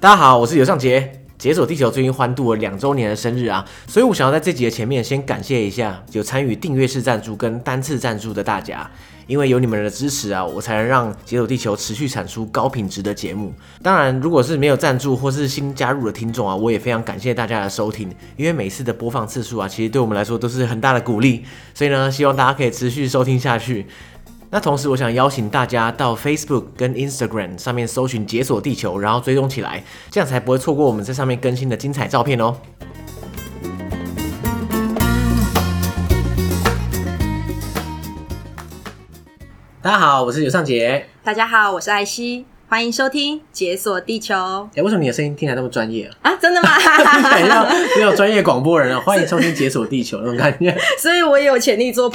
大家好，我是刘尚杰。解锁地球最近欢度了两周年的生日啊，所以我想要在这集的前面先感谢一下有参与订阅式赞助跟单次赞助的大家，因为有你们的支持啊，我才能让解锁地球持续产出高品质的节目。当然，如果是没有赞助或是新加入的听众啊，我也非常感谢大家的收听，因为每次的播放次数啊，其实对我们来说都是很大的鼓励，所以呢，希望大家可以持续收听下去。那同时，我想邀请大家到 Facebook 跟 Instagram 上面搜寻“解锁地球”，然后追踪起来，这样才不会错过我们在上面更新的精彩照片哦。大家好，我是刘尚杰。大家好，我是艾希，欢迎收听《解锁地球》哎、为什么你的声音听起来那么专业啊？ 啊！真的吗？很像没有专业广播人啊！欢迎收听《解锁地球》那种感觉， 所以我也有潜力做我我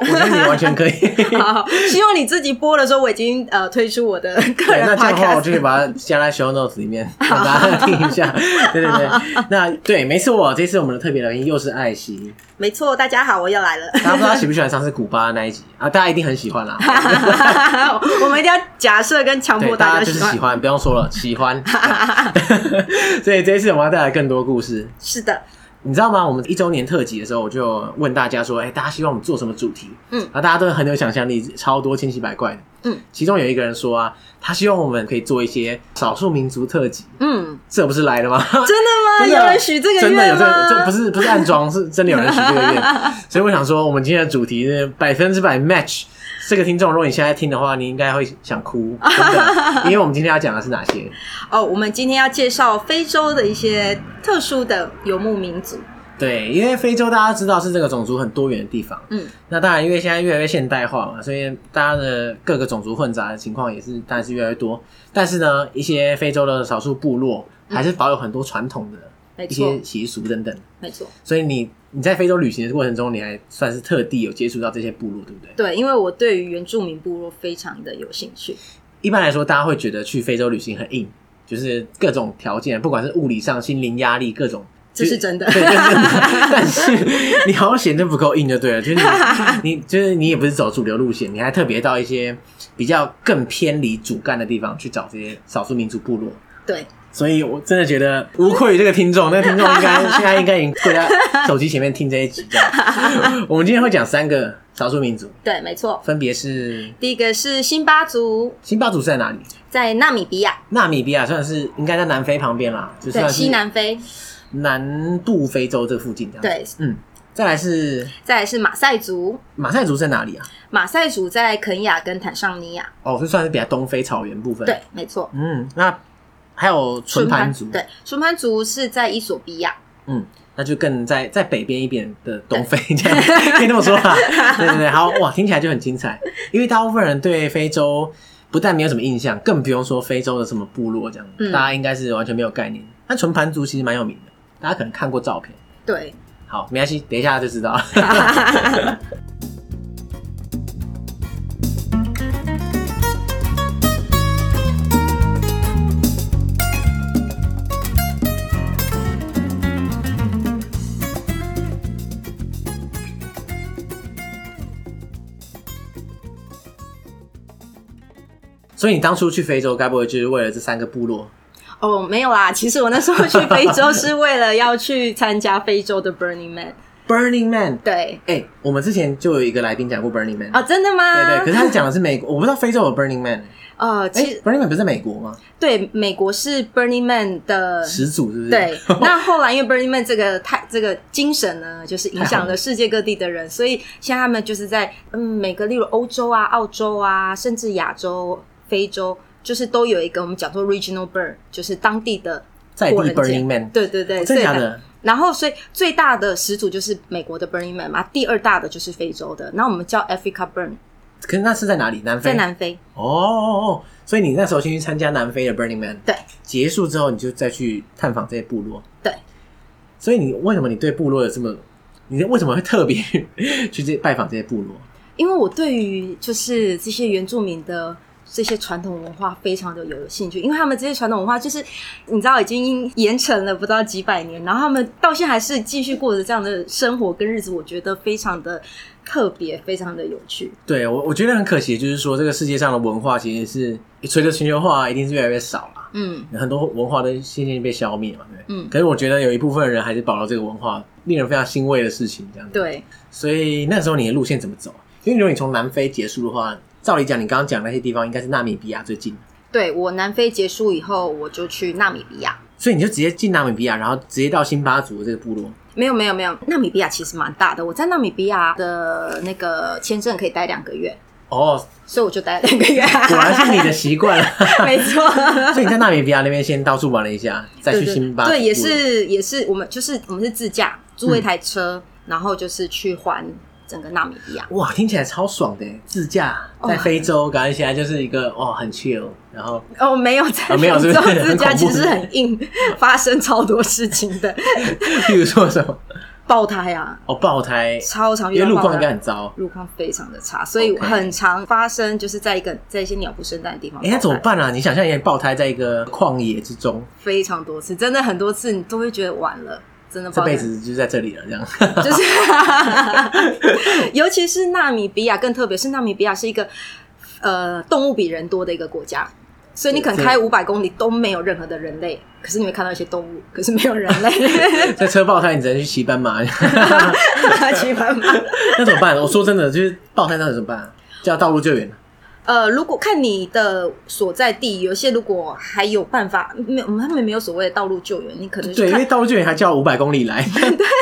觉 得你完全可以。 好好，希望你自己播的时候，我已经呃推出我的个对，哎人那这样的话，我 podcast。就可以把它加在 show notes 里 面，让大家听一下。对对对，那对，没错，这次我们的特别来宾又是艾希，没错，大家好，我又来了。大家不知道喜不喜欢上次古巴的那一集啊？大家一定很喜欢 啦，我们一定要假设跟强对，迫大大家家就是喜喜欢。欢，不用说了，喜 欢。所以这一次我们要带来更多故事，是的，你知道吗？我们一周年特辑的时候，我就问大家说：“哎、大家希望我们做什么主题？”嗯然后大家都很有想象力，超多千奇百怪的。嗯，其中有一个人说啊，他希望我们可以做一些少数民族特辑，嗯，这不是来了 吗？真的吗？真的有人许这个真的愿有这吗？个，这不是不是暗装，是真的有人许这个愿。所以我想说，我们今天的主题是百分之百 match。这个听众，如果你现在听的话，你应该会想哭，真的，因为我们今天要讲的是哪些？哦。我们今天要介绍非洲的一些特殊的游牧民族。对，因为非洲大家知道是这个种族很多元的地方，嗯，那当然，因为现在越来越现代化嘛，所以大家的各个种族混杂的情况也是当然是越来越多。但是呢，一些非洲的少数部落还是保有很多传统的没一错些，习俗等等。没错。所以你你在非洲旅行的过程中，你还算是特地有接触到这些部落，对不对？对，因为我对于原住民部落非常的有兴趣。一般来说，大家会觉得去非洲旅行很硬，就是各种条件，不管是物理上、心灵压力，各种。这是真的对，这是真的。 但是你好像显得不够硬就对了，就是你， 你就是你也不是走主流路线，你还特别到一些比较更偏离主干的地方去找这些少数民族部落。对，所以我真的觉得无愧于这个听众，那个听众应该现在应该已经跪在手机前面听这一集这 样。我们今天会讲三个少数民族，对，没错。分别是第一个是辛巴族，辛巴族是在哪里？在纳米比亚，纳米比亚算是应该在南非旁边啦，就对，算西是南非；南部非洲这附近这样。，对，嗯，再来是再来是马赛族，马赛族在哪里啊？马赛族在肯雅跟坦桑尼亚，哦，就算是比较东非草原部分。，对，没错。嗯，那还有纯盘族，，对，纯盘族是在伊索比亚，嗯，那就更在在北边一点的东非这样，可以这么说吧？ 对对对，好哇，听起来就很精彩，因为大部分人对非洲不但没有什么印象，更不用说非洲的什么部落这样，嗯大家应该是完全没有概念。那纯盘族其实蛮有名的，大家可能看过照片。对，好，没关系，等一下就知道 了。所以你当初去非洲，该不会就是为了这三个部落？哦，没有啦，其实我那时候去非 洲是为了要去参加非洲的 Burning Man， Burning Man，对，哎、我们之前就有一个来宾讲过 Burning Man，、哦，真的吗？对对，可是他讲的是美国，我不知道非洲有 Burning Man，哦，哎、其实 b u r n i n g Man 不是在美国吗？对，美国是 Burning Man 的始祖是不是？嗯对，那后来因为 Burning Man 这个太这个精神呢，就是影响了世界各地的人，所以现在他们就是在嗯每个例如欧洲啊、澳洲啊，甚至亚洲、非洲，就是都有一个我们讲做 regional burn，就是当地的 在地过人节 Burning Man，哦对对对，真的假最大？的？然后所以最大的始祖就是美国的 Burning Man 嘛，第二大的就是非洲的，然后我们叫 Africa Burn，可是那是在哪里？南非。在南非。哦哦哦，所以你那时候先去参加南非的 Burning Man，对，结束之后你就再去探访这些部落，对。所以你为什么你对部落有这么，你为什么会特别 去这拜访这些部落？因为我对于就是这些原住民的这些传统文化非常的有兴趣，因为他们这些传统文化就是你知道已经延承了不知道几百年，然后他们到现在还是继续过着这样的生活跟日子，我觉得非常的特别，非常的有趣。对我我觉得很可惜，就是说这个世界上的文化其实是随着全球化一定是越来越少了，嗯很多文化都渐渐被消灭嘛，对不对。嗯，可是我觉得有一部分人还是保留这个文化，令人非常欣慰的事情，这样子。对，所以那时候你的路线怎么走？因为如果你从南非结束的话，照理讲你刚刚讲那些地方应该是纳米比亚最近的，对我南非结束以后，我就去纳米比亚。所以你就直接进纳米比亚，然后直接到辛巴族的这个部落。没有没有没有，纳米比亚其实蛮大的。我在纳米比亚的那个签证可以待两个月， 哦，所以我就待了两个月。果然是你的习惯。 没错， 所以你在纳米比亚那边先到处玩了一下，再去辛巴嗯族对，也部落。是也是，我们就是我们是自驾，租了一台车，然后就是去环整个纳米比亚。哇，听起来超爽的！自驾哦在非洲，感觉起来就是一个哦，很 chill。然后 哦，没有在哦没有是不是非洲自驾很恐其怖实很硬， 发生超多事情的，譬如说什么爆胎啊，哦，爆胎，超常遇因为到路爆况应该胎。很糟。路况非常的差，所以 OK 很常发生，就是在一个在一些鸟不生蛋的地方。哎，那怎么办啊？你想象一下，你爆胎在一个旷野之中，非常多次，真的很多次，你都会觉得完了，真的这爆辈胎，子就在这里了，这样。 就是，尤其是纳米比亚，更特别是纳米比亚是一个呃动物比人多的一个国家，所以你可能对开五百公里都没有任何的人类，可是你会看到一些动物，可是没有人 类，这车爆胎，你只能去骑斑马。 奇葩吗？那怎么办？我说真的，就是爆胎，那怎么办、叫道路救援。呃，如果看你的所在地，有些如果还有办法，没有，他们没有所谓的道路救援，你可能对，去因看为道路救援还叫五百公里 来，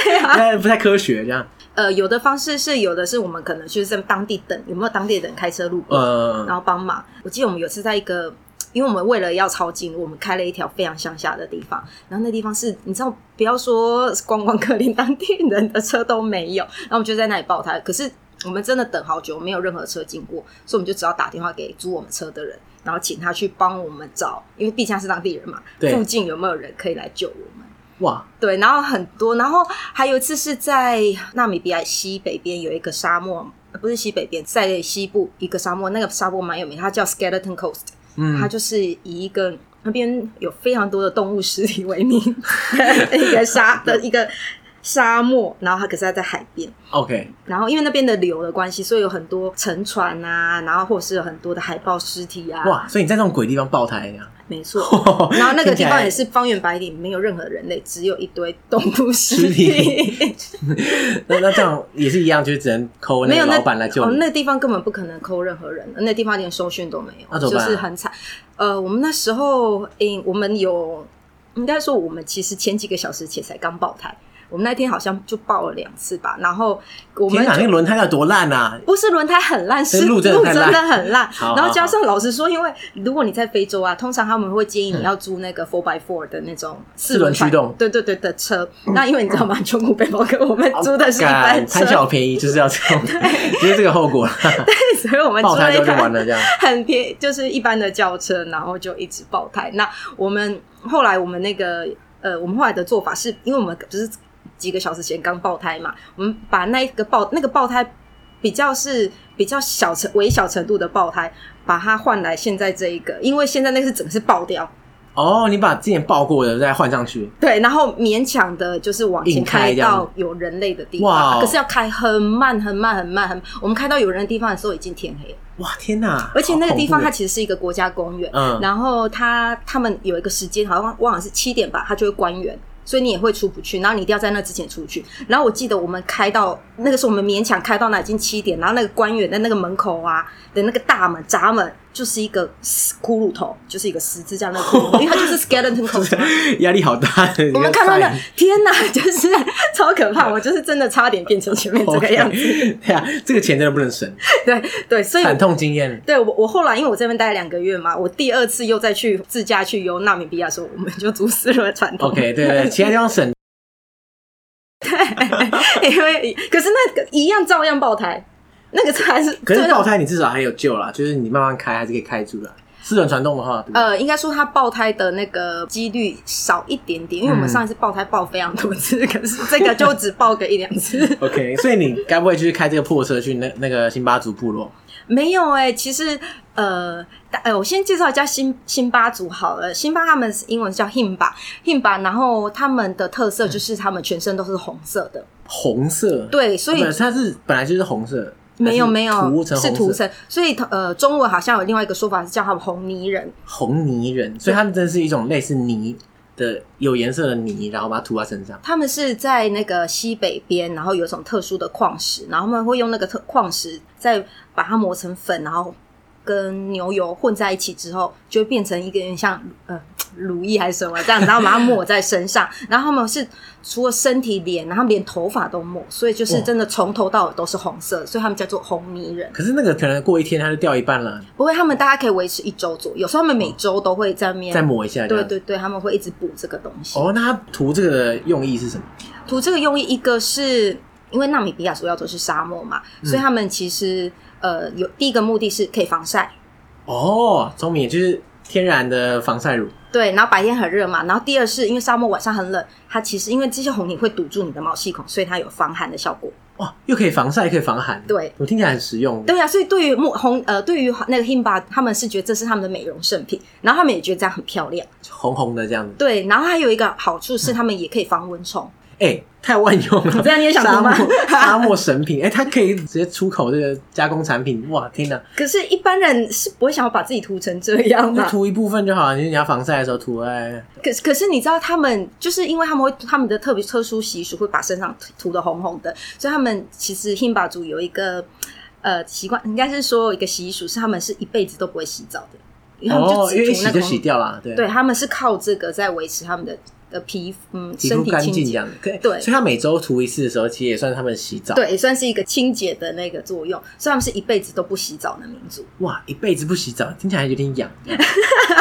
对 啊，不太科学这样。呃，有的方式是有的是我们可能就是在当地等，有没有当地的人开车路过，然呃，后帮忙。我记得我们有次在一个，因为我们为了要抄近路，我们开了一条非常乡下的地方，然后那地方是你知道，不要说观光客，连当地人的车都没有，然后我们就在那里爆胎。可是我们真的等好久，没有任何车经过，所以我们就只好打电话给租我们车的人，然后请他去帮我们找，因为毕竟他是当地人嘛，对附近有没有人可以来救我们。哇，对，然后很多，然后还有一次是在纳米比亚西北边有一个沙漠，呃不是西北边，在西部一个沙漠，那个沙漠蛮有名，它叫 Skeleton Coast，、它嗯，就是以一个那边有非常多的动物尸体 为名的一个沙的一个沙漠，然后它可是它在海边， OK，然后因为那边的流的关系，所以有很多沉船啊，然后或是有很多的海豹尸体啊，哇，所以你在这种鬼地方爆胎这样，没错， 然后那个地方也是方圆百里没有任何人类，只有一堆动物尸 尸体，那那这样也是一样，就只能扣那没有个那老板来救哦，你。那地方根本不可能扣任何人，那地方连收讯都没那有，怎么就办啊是很惨。呃，我们那时候，嗯，我们有应该说我们其实前几个小时前才刚爆胎，我们那天好像就爆了两次吧，然后我们天哪，那就个轮胎要多烂啊！不是轮胎很烂，是是路路真真的太烂的很烂好好。然后加上老实说，因为如果你在非洲啊，通常他们会建议你要租那个 four by four 的那种嗯四轮轮反驱动对对对的车。那因为你知道吗， 穷苦背包客我们租的是一敢般车贪，小便宜就是要这 种，就是这个后果了。所以我们租爆胎了之一后就完台 了这样。很便宜，就是一般的轿车，然后就一直爆胎。那我们后来我们那个呃，我们后来的做法是，因为我们不是几个小时前刚爆胎嘛，我们把那个爆那个爆胎比较是比较小程微小程度的爆胎，把它换来现在这一个，因为现在那个是整个是爆掉，哦，你把之前爆过的再换上去，对，然后勉强的就是往前硬开开这样到有人类的地哇哦方，可是要开很慢很慢很慢很慢，我们开到有人的地方的时候已经天黑了。哇，天哪！而且那个地方好它恐其实是一个国家公园，嗯然后它他们有一个时间，好像忘了是七点吧，它就会关园，所以你也会出不去，然后你一定要在那之前出去。然后我记得我们开到那个时候，我们勉强开到那已经七点，然后那个官员的那个门口啊的那个大门闸门就是一个死骷髅头，就是一个十字架那个骷髅头，因为它就 是 skeleton coat 嘛。怖耶压力好大。我们看到那你，天哪，就是超可怕！我就是真的差点变成前面 这个个样 样子子。 OK，对啊，这个钱真的不能省，对对，所以我惨痛经验。对我，我后来因为我这边待了两个月嘛，我第二次又再去自驾去游纳米比亚的时候，我们就租私人传统。 OK，对对，其他地方省。 因为可是那个一样照样爆胎，那个车还是可是对爆胎你至少还有救啦，就是你慢慢开还是可以开住的。四轮传动的话，对不对呃，应该说它爆胎的那个几率少一点点，嗯因为我们上一次爆胎爆非常多次， 可是这个就只爆个一两次。 OK，所以你该不会就是开这个破车去那那个辛巴族部落？没有哎、其实呃，大呃，我先介绍一下辛辛巴族好了。辛巴他们英文叫 Himba，Himba，然后他们的特色就是他们全身都是红色的。红色，，对，所以本来它是本来就是红色，没有还是没有涂成是红涂色层，所以呃，中文好像有另外一个说法是叫他们红泥人。红泥人，所以他们真的是一种类似泥的有颜色的泥，然后把它涂在身上。他们是在那个西北边，然后有一种特殊的矿石，然后他们会用那个特矿石再把它磨成粉，然后跟牛油混在一起之后，就会变成一个人像呃乳液还是什么这样子，然后把它抹在 身上。然后他们是除了身体、脸，然后连头发都抹，所以就是哇真的从头到尾都是红色，所以他们叫做红泥人。可是那个可能过一天它就掉一半了，不过他们大概可以维持一周左右，所以他们每周都会在面再抹一下。对。对对，他们会一直补这个东西。哦，那它涂这个的用意是什么？涂这个用意，一个是因为纳米比亚主要都是沙漠嘛，所以他们其实呃有第一个目的是可以防晒，哦，聪明，就是天然的防晒乳。对，然后白天很热嘛，然后第二是因为沙漠晚上很冷，它其实因为这些红泥会堵住你的毛细孔，所以它有防寒的效果。哇，哦又可以防晒，又可以防寒。对，我听起来很实用。对呀、啊所以对于木红呃，对于那个 Himba，他们是觉得这是他们的美容圣品，然后他们也觉得这样很漂亮。红红的这样子。对，然后还有一个好处是他们也可以防蚊虫。哎、太万用了！ 这样你也想沙涂吗漠 沙漠神品，哎、它可以直接出口这个加工产品。哇，天哪！可是，一般人是不会想要把自己涂成这样那吧？涂一部分就好，你你要防晒的时候涂哎。可可是你知道他们就是因为他们会他们的特别特殊习俗会把身上涂的红红的，所以他们其实 Himba 族有一个呃习惯，应该是说有一个习俗是他们是一辈子都不会洗澡的，因为他们就哦，因为一只涂洗那就个洗红。掉了，对，对，他们是靠这个在维持他们的的皮肤嗯皮身肤体干清净这洁。样子。可以对所以它每周涂一次的时候，其实也算是他们洗澡。，对，也算是一个清洁的那个作用，所以他们是一辈子都不洗澡的民族。哇，一辈子不洗澡，听起来有点痒，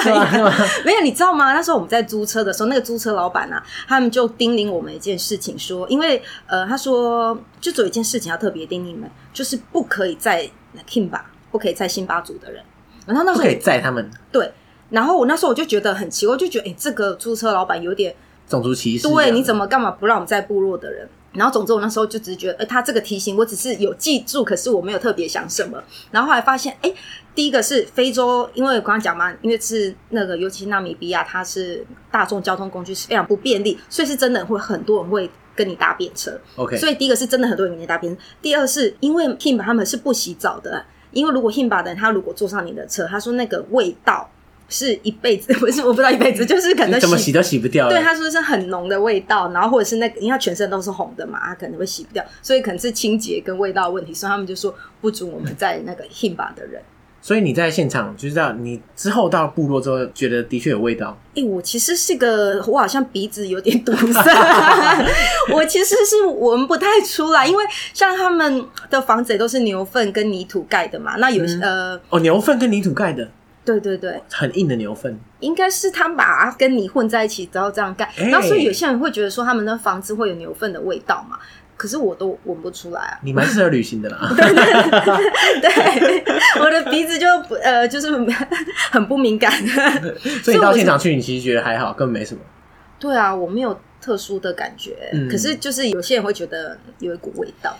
是吧？是 吧？没有，你知道吗？那时候我们在租车的时候，那个租车老板啊，他们就叮咛我们一件事情，说，因为呃，他说就只有一件事情要特别叮咛你们，就是不可以在 Kim 吧，不可以在辛巴族的人。然后那不时可候以载他们对，然后我那时候我就觉得很奇怪，我就觉得哎、诶这个租车老板有点种族歧视。对，你怎么？么干嘛不让我们在部落的人？然后总之我那时候就只是觉得，呃，他这个提醒我只是有记住，可是我没有特别想什么。然后后来发现，哎，第一个是非洲，因为我刚刚讲嘛，因为是那个尤其纳米比亚，它是大众交通工具是非常不便利，所以是真的会很多人会。跟你搭便车 OK，所以第一个是真的很多人跟你搭便车，第二是因为 Himba 他们是不洗澡的，因为如果 Himba 的人他如果坐上你的车，他说那个味道是一辈子， 不是我不知道一辈子，就是可能你怎么洗洗都洗不掉了。对，他说是很浓的味道，然后或者是那个，因为他全身都是红的嘛，他可能会洗不掉，所以可能是清洁跟味道的问题，所以他们就说不准我们在那个 Himba 的人。所以你在现场就知道，你之后到部落之后，觉得的确有味道。哎、我其实是个，我好像鼻子有点堵塞， 我其实是闻不太出来，因为像他们的房子也都是牛粪跟泥土盖的嘛，那有、嗯呃，哦，牛粪跟泥土盖的，对对对，很硬的牛粪。应该是他把它跟你混在一起，然后这样盖，哎然后所以有些人会觉得说他们的房子会有牛粪的味道嘛，可是我都闻不出来啊。你蛮适合旅行的 啦。对，我的鼻子就不呃，就是很不敏感。 所以所以你到我是现场去，你其实觉得还好，根本没什么。对啊，我没有特殊的感觉，嗯可是就是有些人会觉得有一股味道。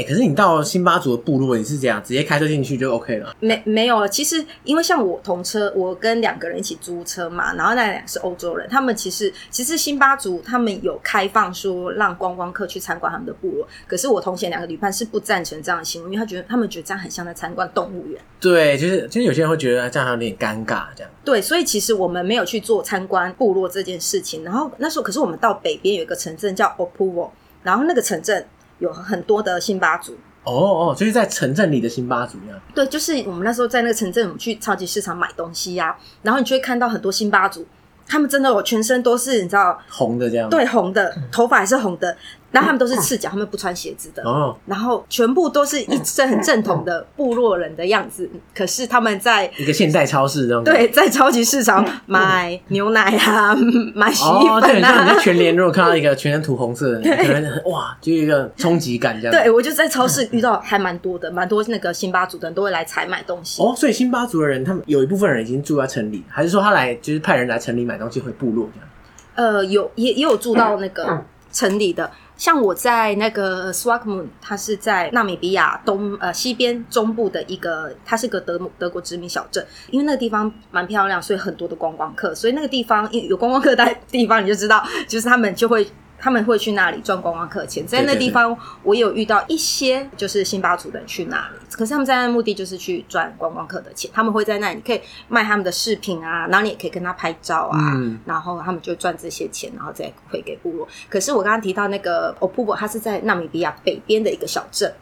哎、可是你到辛巴族的部落，你是这样直接开车进去就 OK 了。没没有，其实因为像我同车，我跟两个人一起租车嘛，然后那两个是欧洲人，他们其实其实辛巴族他们有开放说让观光客去参观他们的部落，可是我同行两个旅伴是不赞成这样的行为，因为他觉得他们觉得这样很像在参观动物园。对，就是就是有些人会觉得这样有点尴尬，这样。对，所以其实我们没有去做参观部落这件事情。然后那时候，可是我们到北边有一个城镇叫 Opuwo，然后那个城镇有很多的辛巴族。哦哦，就是在城镇里的辛巴族这样。对，就是我们那时候在那个城镇，我们去超级市场买东西呀、然后你就会看到很多辛巴族，他们真的有哦全身都是你知道，红的这样。。对，红的，头发也是红的，然后他们都是赤脚，他们不穿鞋子的。哦，然后全部都是一身很正统的部落人的样子，可是他们在一个现代超市这哦种。。对，在超级市场买牛奶啊，买洗衣嗯哦，对，粉像你啊在。全联，如果看到一个全身涂红色的，你可能很哇，就有一个冲击感这样。。 对，我就在超市遇到还蛮多的，蛮多那个辛巴族的人都会来采买东西。哦，所以辛巴族的人，他们有一部分人已经住在城里，还是说他来就是派人来城里买东西回部落这样？呃，有也也有住到那个城里的，像我在那个 Swakmun，它是在纳米比亚东呃西边中部的一个，它是个德德国殖民小镇。因为那个地方蛮漂亮，所以很多的观光客，所以那个地方因为有观光客在地方，你就知道，就是他们就会他们会去那里赚观光客钱。在那地方，我有遇到一些就是辛巴族人去那里，可是他们在那的目的就是去赚观光客的钱。他们会在那里可以卖他们的饰品啊，然后你也可以跟他拍照啊，嗯然后他们就赚这些钱，然后再回给部落。可是我刚刚提到那个 o p u b o 它是在纳米比亚北边的一个小镇。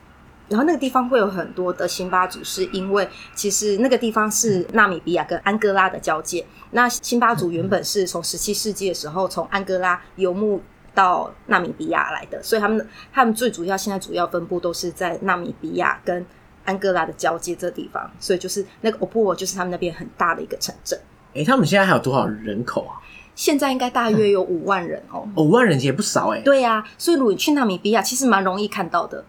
然后那个地方会有很多的辛巴族，是因为其实那个地方是纳米比亚跟安哥拉的交界。那辛巴族原本是从十七世纪的时候从安哥拉游牧到纳米比亚来的，所以他们他们最主要现在主要分布都是在纳米比亚跟安哥拉的交界这地方，所以就是那个 o p u o 就是他们那边很大的一个城镇。哎、他们现在还有多少人口啊？现在应该大约有五万人哦。哦五万人也不少哎、对呀、所以如果你去纳米比亚，其实蛮容易看到的。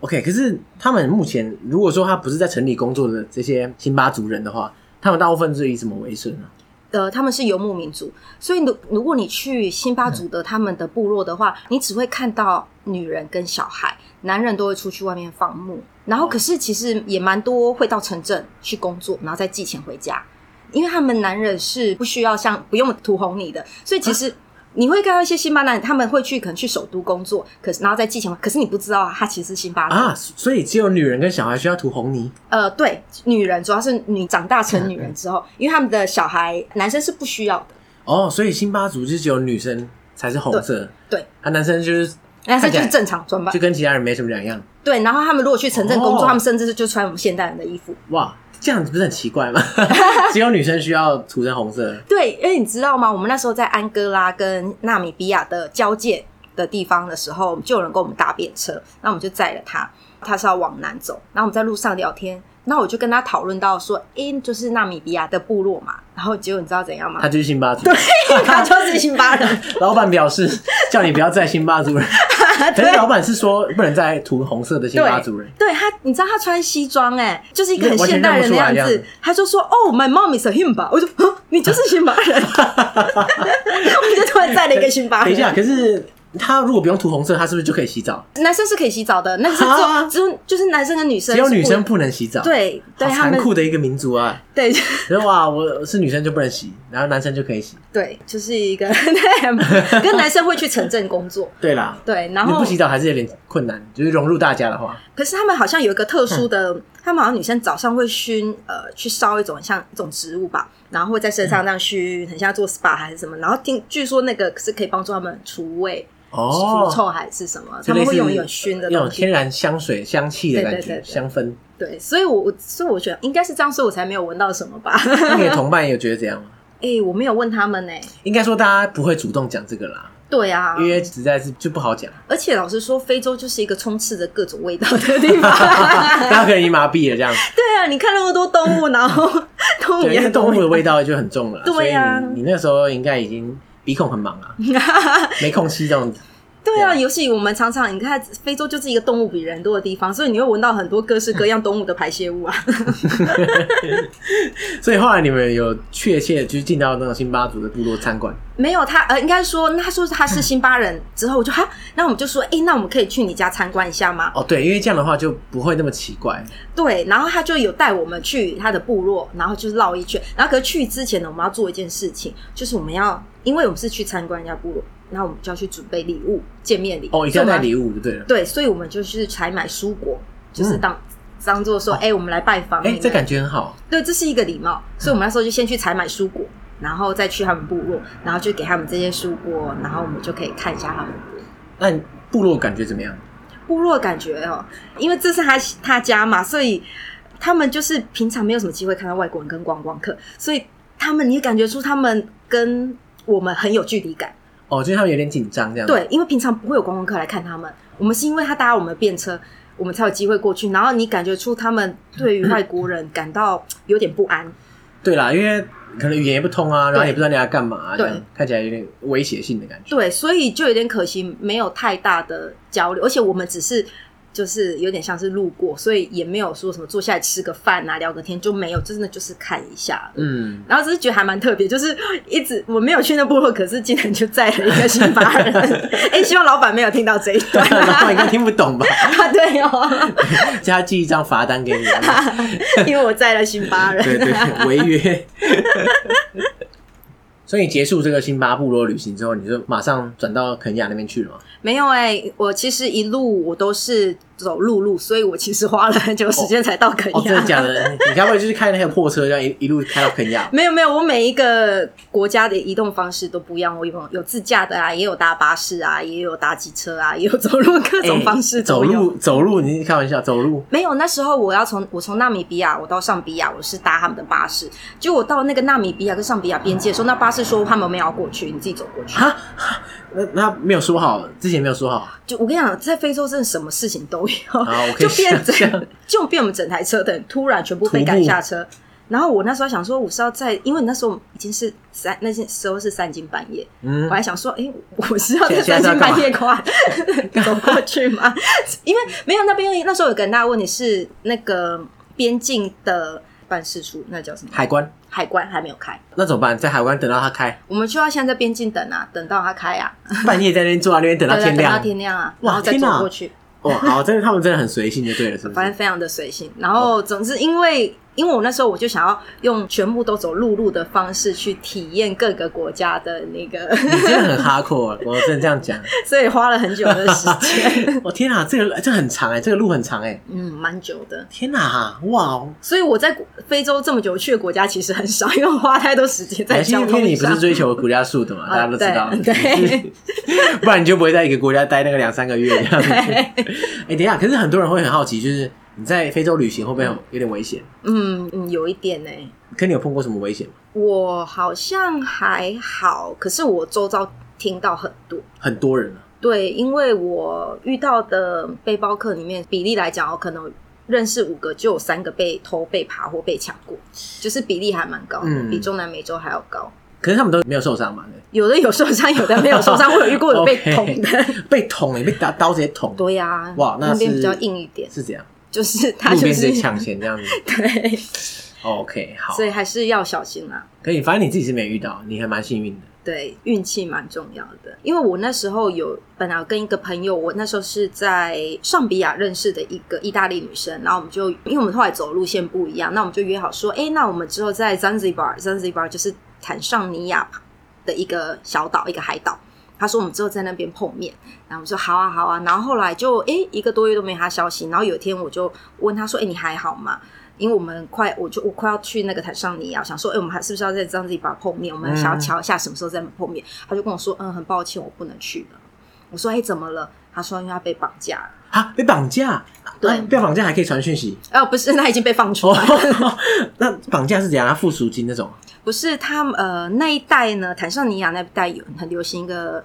OK，可是他们目前如果说他不是在城里工作的这些辛巴族人的话，他们大部分是以什么为生啊？呃，他们是游牧民族，所以如如果你去辛巴族的他们的部落的嗯话，你只会看到女人跟小孩，男人都会出去外面放牧。然哦后，可是其实也蛮多会到城镇去工作，然后再寄钱回家，因为他们男人是不需要像不用屠红你的，所以其啊实。你会看到一些辛巴男人，他们会去可能去首都工作，可是然后再寄钱回，可是你不知道啊，他其实是辛巴族。啊，所以只有女人跟小孩需要涂红泥。呃，对，女人主要是你长大成女人之后，因为他们的小孩男生是不需要的，哦，所以辛巴族就只有女生才是红色，对，啊，男生就是男看生起就来是正常装扮就。跟其他人没什么两样。对，然后他们如果去城镇工作，哦他们甚至就穿我们现代人的衣服。哇，这样子不是很奇怪 吗？只有女生需要涂成红色。对，因为你知道吗？我们那时候在安哥拉跟纳米比亚的交界的地方的时候，就有人跟我们搭便车，那我们就载了他，他是要往南走，然后我们在路上聊天。那我就跟他讨论到说，诶、就是纳米比亚的部落嘛，然后结果你知道怎样吗他？就是辛巴族。他就是辛巴人， 老板表示叫你不要再辛巴族 人，可是老板是说不能再涂红色的辛巴族人。对他，你知道他穿西装哎、就是一个很完全现代认人的不出来样的子样。他就说：“哦、m y mom is a Himba。”我就啊你就是辛巴 人。”我就突然载了一个辛巴人。等一下，，可是他如果不用涂红色，他是不是就可以洗澡？男生是可以洗澡的，那是只有啊只有就是男生跟女生，只有女生。不能洗澡，，对对，好他残们酷的一个民族啊！对 可是哇，我是女生就不能洗，然后男生就可以洗。对，就是一个 对跟男生会去城镇工作。对啦，对，然你后不洗澡还是有点困难，就是融入大家的话，可是他们好像有一个特殊的，嗯他们好像女生早上会熏呃去烧一种像一种植物吧，然后会在身上这样熏，很像做 SPA 还是什么。然后听据说那个是可以帮助他们除味、除哦，臭还是什么，就他类们似会用一种熏的那种东天西。然香水香气的感对对对觉，对香氛。对，所以我我所以我觉得应该是这样，所以我才没有闻到什么吧。 那你的同伴有觉得怎样吗？哎、我没有问他们呢、应该说大家不会主动讲这个啦，对啊，因为实在是就不好讲， 而且老实说，非洲就是一个充斥着各种味道的地方。 大家可能已经麻痹了这样。对啊，你看那么多动物，然后动物 对，因为也动物的味道就很重了啦，对啊所以你你那时候应该已经鼻孔很忙 啊，没空吸这种。对对啊，啊尤其我们常常你看，非洲就是一个动物比人多的地方，所以你会闻到很多各式各样动物的排 泄物啊。所以后来你们有确切就是进到那种辛巴族的部落餐馆，没有他，呃，应该说，那他说他是辛巴人之后，我就哈，那我们就说，诶，那我们可以去你家参观一下吗？哦，对，因为这样的话就不会那么奇怪。对，然后他就有带我们去他的部落，然后就是绕一圈。然后可是去之前呢，我们要做一件事情，哎就是我们要，因为我们是去参观人家部落，然后我们就要去准备礼物、见面礼哦，一定要带物。礼物就对了。对，所以我们就是采买蔬果，就是当、当做说，诶，我们来拜访嗯你哎、们。这感觉很好。对，这是一个礼貌，所以我们那时候就先去采买蔬果，然后再去他们部落，然后就给他们这些蔬果，然后我们就可以看一下他们那你部落感觉怎么样？部落的感觉哦，因为这是他他家嘛，所以他们就是平常没有什么机会看到外国人跟观光客，所以他们你也感觉出他们跟我们很有距离感。哦，就是他们有点紧张这样。，对，因为平常不会有观光客来看他们，我们是因为他搭我们的便车，我们才有机会过去。然后你感觉出他们对于外国人感到有点不安，对啦，因为可能语言也不通啊，然后对也不知道你要干嘛、啊对这样看起来有点威胁性的感觉。对，所以就有点可惜，没有太大的交流，而且我们只是就是有点像是路过，所以也没有说什么坐下来吃个饭啊、聊个天就没有，真的就是看一下。嗯， 然后只是觉得还蛮特别，就是一直我没有去那部落，可是竟然就载了一个新巴人。 哎、希望老板没有听到这一段、 老板应该听不懂吧？啊，对哦，叫他寄一张罚单给你。啊因为我载了新巴 人。对对，违约。 所以你结束这个辛巴部落旅行之后，你就马上转到肯亚那边去了吗？ 没有哎、我其实一路我都是走陆路，所以我其实花了很久时间才到肯亚。哦，真的假 的？你你该不会就是开那个破车，这样一一路开到肯亚？没有没有，我每一个国家的移动方式都不一样，我有有自驾的啊，也有搭巴士啊，也有搭机车啊，也有 走路，各种方式欸都走有。路走路，你开玩笑，走路没有，那时候我要从我从纳米比亚我到上比亚，我是搭他们的巴士。结果我到那个纳米比亚跟上比亚边界的时候，那巴士说他们没有要过去，你自己走过去。哈，那那没有说好，之前没有说好，就我跟你讲，在非洲真的什么事情都有，啊我可以 就变想象整就变我们整台车的人突然全部被赶下车。然后我那时候想说，我是要在，因为那时候已经是三，那些时候是三更半夜，嗯我还想说，哎、我是要在现在现三在更半夜跨 走过去吗？因为没有那边那时候有个很大的问题是那个边境的办事处，那叫什么海关海关还没有开，那怎么办？在海关等到他开， 我们就要现在在边境等啊，等到它开啊，半夜在那边坐在那边等到 对啊天等到亮。天亮啊，哇然后再天走哪过去。哦，好，真的他们真的很随性就对了，是不反是正？非常的随性。然后，总之，因为因为我那时候我就想要用全部都走陆路的方式去体验各个国家的那个， 你真的很哈扣， 我真的这样讲。所以花了很久的时间，我、天哪，这个这很长哎、这个路很长哎、嗯，蛮久的。天哪，哇！所以我在国非洲这么久去的国家其实很少，因为我花太多时间在因为交因为通你不上哦啊是。追求国家数的嘛，大家都知道，对 不然你就不会在一个国家待那个两三个月这 样子。哎、对，等一下，可是很多人会很好奇，就是你在非洲旅行会不会有有点危险？嗯嗯，有一点呢、可你有碰过什么危险吗？我好像还好，可是我周遭听到很多。很多人啊，对，因为我遇到的背包客里面比例来讲，我可能认识五个，就有三个被偷、被扒或被抢过，就是比例还蛮高的，嗯比中南美洲还要高。可是他们都没有受伤嘛？对有的有受伤， 有的没有受伤。我有遇过有被捅的。 被捅也被打刀直接捅，对呀、哇那那边是比较硬一点，是这样，就是他路就边直是接抢钱这样子。 哦对， OK，好所，以还是要小心啦、可以，反正你自己是没遇到，你还蛮幸运的。对，运气蛮重要的。因为我那时候有本来有跟一个朋友，我那时候是在上比亚认识的一个意大利女生，然后我们就因为我们后来走路线不一样，那我们就约好说，哎，那我们之后在 Zanzibar，Zanzibar 就是坦尚尼亚的一个小岛，一个海岛。他说我们之后在那边碰面，然后我说好啊好啊，然后后来就哎一个多月都没他消息，然后有一天我就问他说，哎，你还好吗？因为我们快，我就我快要去那个坦桑尼亚，我想说，哎、我们还是不是要在张自己把碰面？我们想要瞧一下什么时候再碰面。他就跟我说，嗯，很抱歉，我不能去了。我说，哎、怎么了？他说，因为他被绑架了。啊，被绑架，对啊被绑架还可以传讯息。哦，不是， 他已经被放出哦来。，那绑架是怎样？他付赎金那种？不是他们呃那一代呢，坦桑尼亚那一代有很流行一个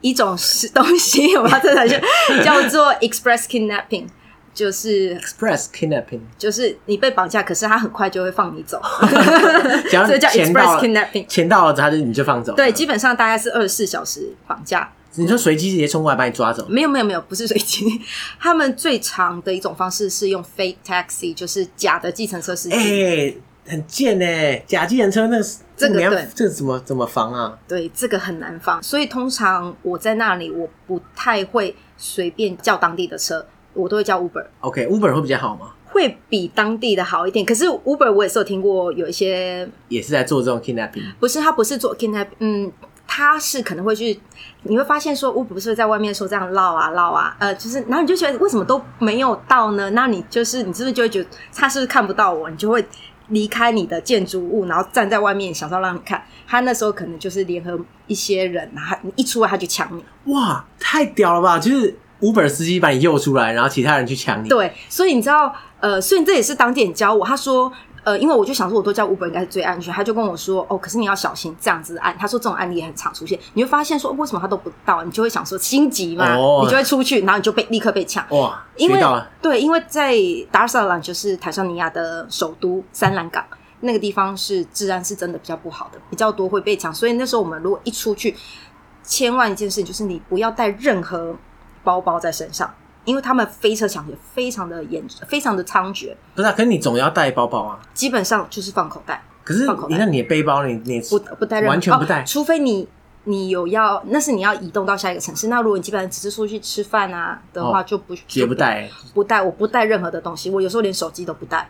一种是东西，我把这才是叫做 express kidnapping，就是。 Express kidnapping，就是你被绑架，可是他很快就会放你走， 只要所以叫钱 express 到了， kidnapping。钱到了，他就你就放走。对，基本上大概是二十四小时绑架，你说随机直接冲过来把你抓走，没有没有没有，不是随机。他们最长的一种方式是用 fake taxi，就是假的计程车司机。哎、很贱哎、假计程车那个这个你要对这个怎么怎么防啊？对，这个很难放，所以通常我在那里我不太会随便叫当地的车，我都会叫 Uber。 OK，Uber、会比较好吗？会比当地的好一点，可是 Uber 我也是有听过有一些也是在做这种 kidnapping，不是，他不是做 kidnap，嗯，他是可能会去，你会发现说，哦我不是在外面说这样唠啊唠啊，呃，就是，然后你就觉得为什么都没有到呢？那你就是你是不是就会觉得他是不是看不到我？你就会离开你的建筑物，然后站在外面，想要让你看。他那时候可能就是联合一些人，然后他你一出来他就抢你，哇，太屌了吧！就是 Uber 司机把你诱出来，然后其他人去抢你。对，所以你知道，呃，所以这也是当地人教我，他说。呃，因为我就想说，我都叫 Uber 应该是最安全，他就跟我说，哦，可是你要小心这样子的案，他说这种案例也很常出现，你会发现说，哦为什么他都不到，你就会想说心急嘛，哦你就会出去，然后你就被立刻被抢，哇，因学为到了，对，因为在达尔萨兰就是呃坦桑尼亚的首都三兰港那个地方是治安是真的比较不好的，比较多会被抢，所以那时候我们如果一出去，千万一件事情就是你不要带任何包包在身上，因为他们飞车抢劫非常的严，呃非常的猖獗，不是啊，可是你总要带包包啊。基本上就是放口袋，可是放口袋你看你的背包，你你不不带任何完全不带哦除非你你有要，那是你要移动到下一个城市。那如果你基本上只是出去吃饭啊的话，哦就不绝不带、不带，我不带任何的东西，我有时候连手机都不带，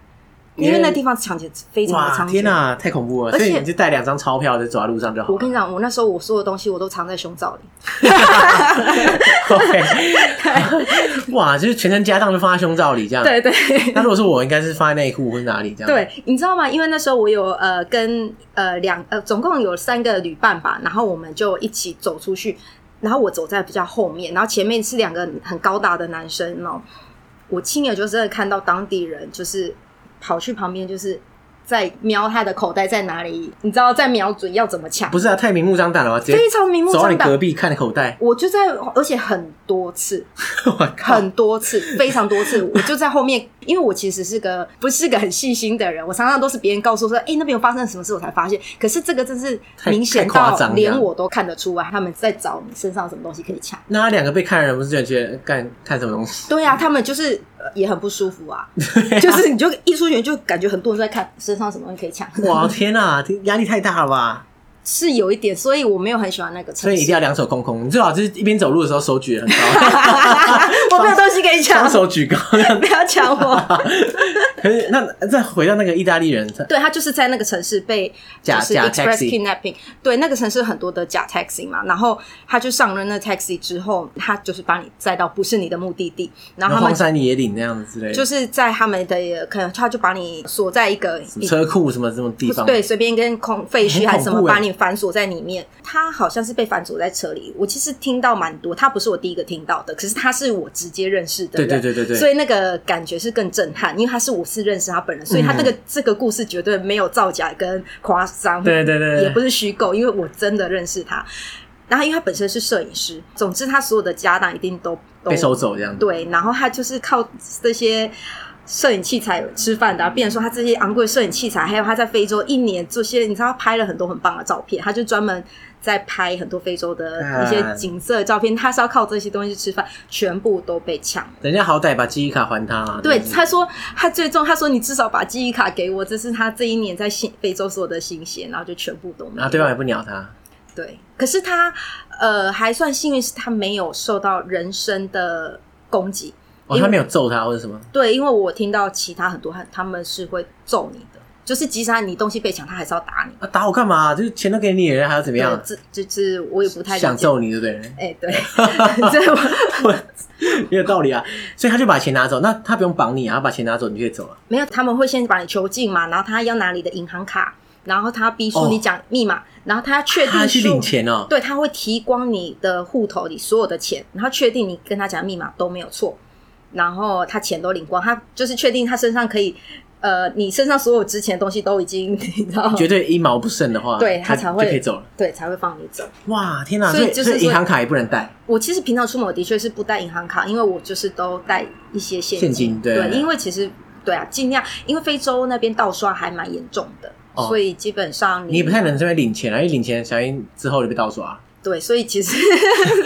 因为因为那地方抢劫非常的哇，猖獗。天哪、太恐怖了！而且所以你就带两张钞票就走在路上就好了。我跟你讲，我那时候我所有东西我都藏在胸 罩里， OK 哇，就是全身家当就放在胸罩里这样。。对对 那如果是我，应该是放在内裤或是哪里这样。。对，你知道吗？因为那时候我有呃跟呃两呃总共有三个旅伴吧，然后我们就一起走出去，然后我走在比较后面，然后前面是两个很高大的男生哦，我亲眼就真的看到当地人就是跑去旁边就是。在瞄他的口袋在哪里，你知道在瞄准要怎么抢，不是啊，太明目张胆了吧？直接非常明目走到你张隔胆。壁看口袋，Oh 我就在，而且很 多次，我靠！很多次，非常多次，我就在后面，因为我其实是个不是个很细心的人，我常常都是别人告诉我说，哎、那边有发生什么事，我才发现。可是这个真是太明显太夸到张了连我都看得出来，他们在找你身上有什么东西可以抢。那两个被看的人不是就觉得干看什么东西？ 对啊，他们就是、呃也很不舒服啊，就是你就一出去就感觉很多人都在看身上什么东西可以抢，哇天哪、压力太大了吧！是有一点，所以我没有很喜欢那个城所以一定市。要两手空空，你最好就是一边走路的时候手举得很高， 我没有东西可以抢 双，手举高。不要抢我。可是那再回到那个意大利人，对他就是在那个城市被假就是假 express taxi kidnapping，对那个城市很多的假 taxi 嘛，然后他就上了那 taxi 之后，他就是把你载到不是你的目的地，然然后后他荒们山野岭那样子之类的，就是在他们的呃可能他就把你锁在一个什么车库什么这种地方，对，随便跟空废很墟还是什恐么怖欸把你反锁在里 面。他好像是被反锁在车里，我其实听到蛮多，他不是我第一个听到的，可是他是我直接认识的对人，对对对对所以那个感觉是更震撼，因为他是我是认识他本人，所以他这嗯个、这个故事绝对没有造假跟夸张，对对对对也不是虚构，因为我真的认识他。然后，因为他本身是摄影师，总之他所有的家当一定都都被收走这样子。对，然后他就是靠这些摄影器材吃饭嗯的、啊，变成说他这些昂贵摄影器材，还有他在非洲一年这些，你知道他拍了很多很棒的照片，他就专门在拍很多非洲的一些嗯景色照片，他是要靠这些东西吃饭，全部都被抢。人家好歹把记忆卡还他啊。对，真是他说他最终他说你至少把记忆卡给我，这是他这一年在新非洲所有的新鲜，然后就全部都没有。然啊后对方也不鸟他，对，可是他呃还算幸运，是他没有受到人身的攻击。哦，因为他没有揍他或者什么，对，因为我听到其他很多他他们是会揍你的，就是即使他你东西被抢，他还是要打你。啊打我干嘛？就是钱都给你了，还要怎么对样，？这这这我也不太了解想。揍你对不对？ 哎、对，这我也有道理啊，所以他就把钱拿走，那他不用绑你啊，他把钱拿走你就可以走了。没有，他们会先把你囚禁嘛，然后他要拿你的银行卡，然后他逼哦出你讲密码，然后他要确他定去说领钱哦，对，他会提光你的户头里所有的钱，然后确定你跟他讲的密码都没有错，然后他钱都领光，他就是确定他身上可以，呃，你身上所有值钱的东西都已经， 你知道吗，绝对一毛不剩的话，嗯对他他才会就可以走了。对，才会放你走。哇，天哪！所所以以就是所以说银行卡也不能带，我其实平常出门，我的确是不带银行卡，因为我就是都带一些现金。现金对对，因为其实对啊，尽量，因为非洲那边盗刷还蛮严重的，哦所以基本上你也不太能这边领钱啊，因为领钱小心之后就被盗 刷，对，所以 其实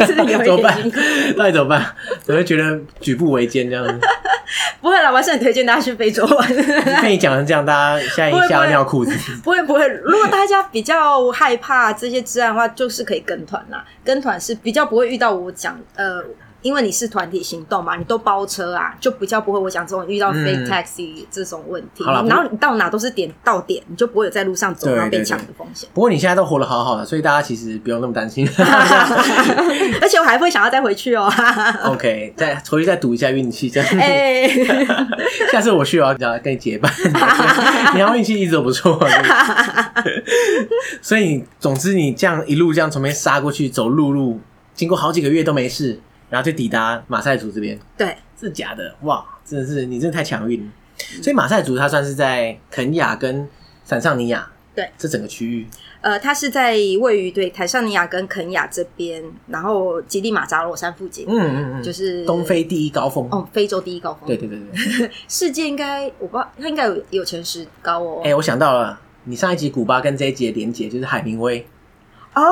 是有怎一么点办辛苦。？ 到底怎么办？我就觉得举步维艰这样 子。不会啦，我还是很推荐大家去非洲 玩。被你讲成这样，大家现在一下要尿裤子。不会不会，如果大家比较害怕这些治安的话，就是可以跟团啦。跟团是比较不会遇到我讲呃，因为你是团体行动嘛，你都包车啊，就比较不会我讲这种遇到嗯 fake taxi 这种问题。好啦不然后你到哪都是点到点，你就不会有在路上走对然后被对抢对的风险。 不过你现在都活得好好的，所以大家其实不用那么担心。 而且我还会想要再回去哦。 OK，再回去再赌一下运气，这样。哎， 下次我去我要要跟你结伴， 你好运气一直都不错。 所以你，总之你这样一路这样从边杀过去，走陆路，经过好几个月都没事，然后就抵达马赛族这边。对，是假的，哇，真的是你真的太强运了。嗯所以马赛族它算是在肯雅跟坦桑尼亚对这整个区域，呃，它是在位于对坦桑尼亚跟肯雅这边，然后吉利马扎罗山附近，嗯嗯嗯，就是东非第一高峰。哦，非洲第一高峰。对对对对，世界应该我不知道，它应该有有前十高哦。哎、我想到了，你上一集古巴跟这一集的连结就是海明威，哦，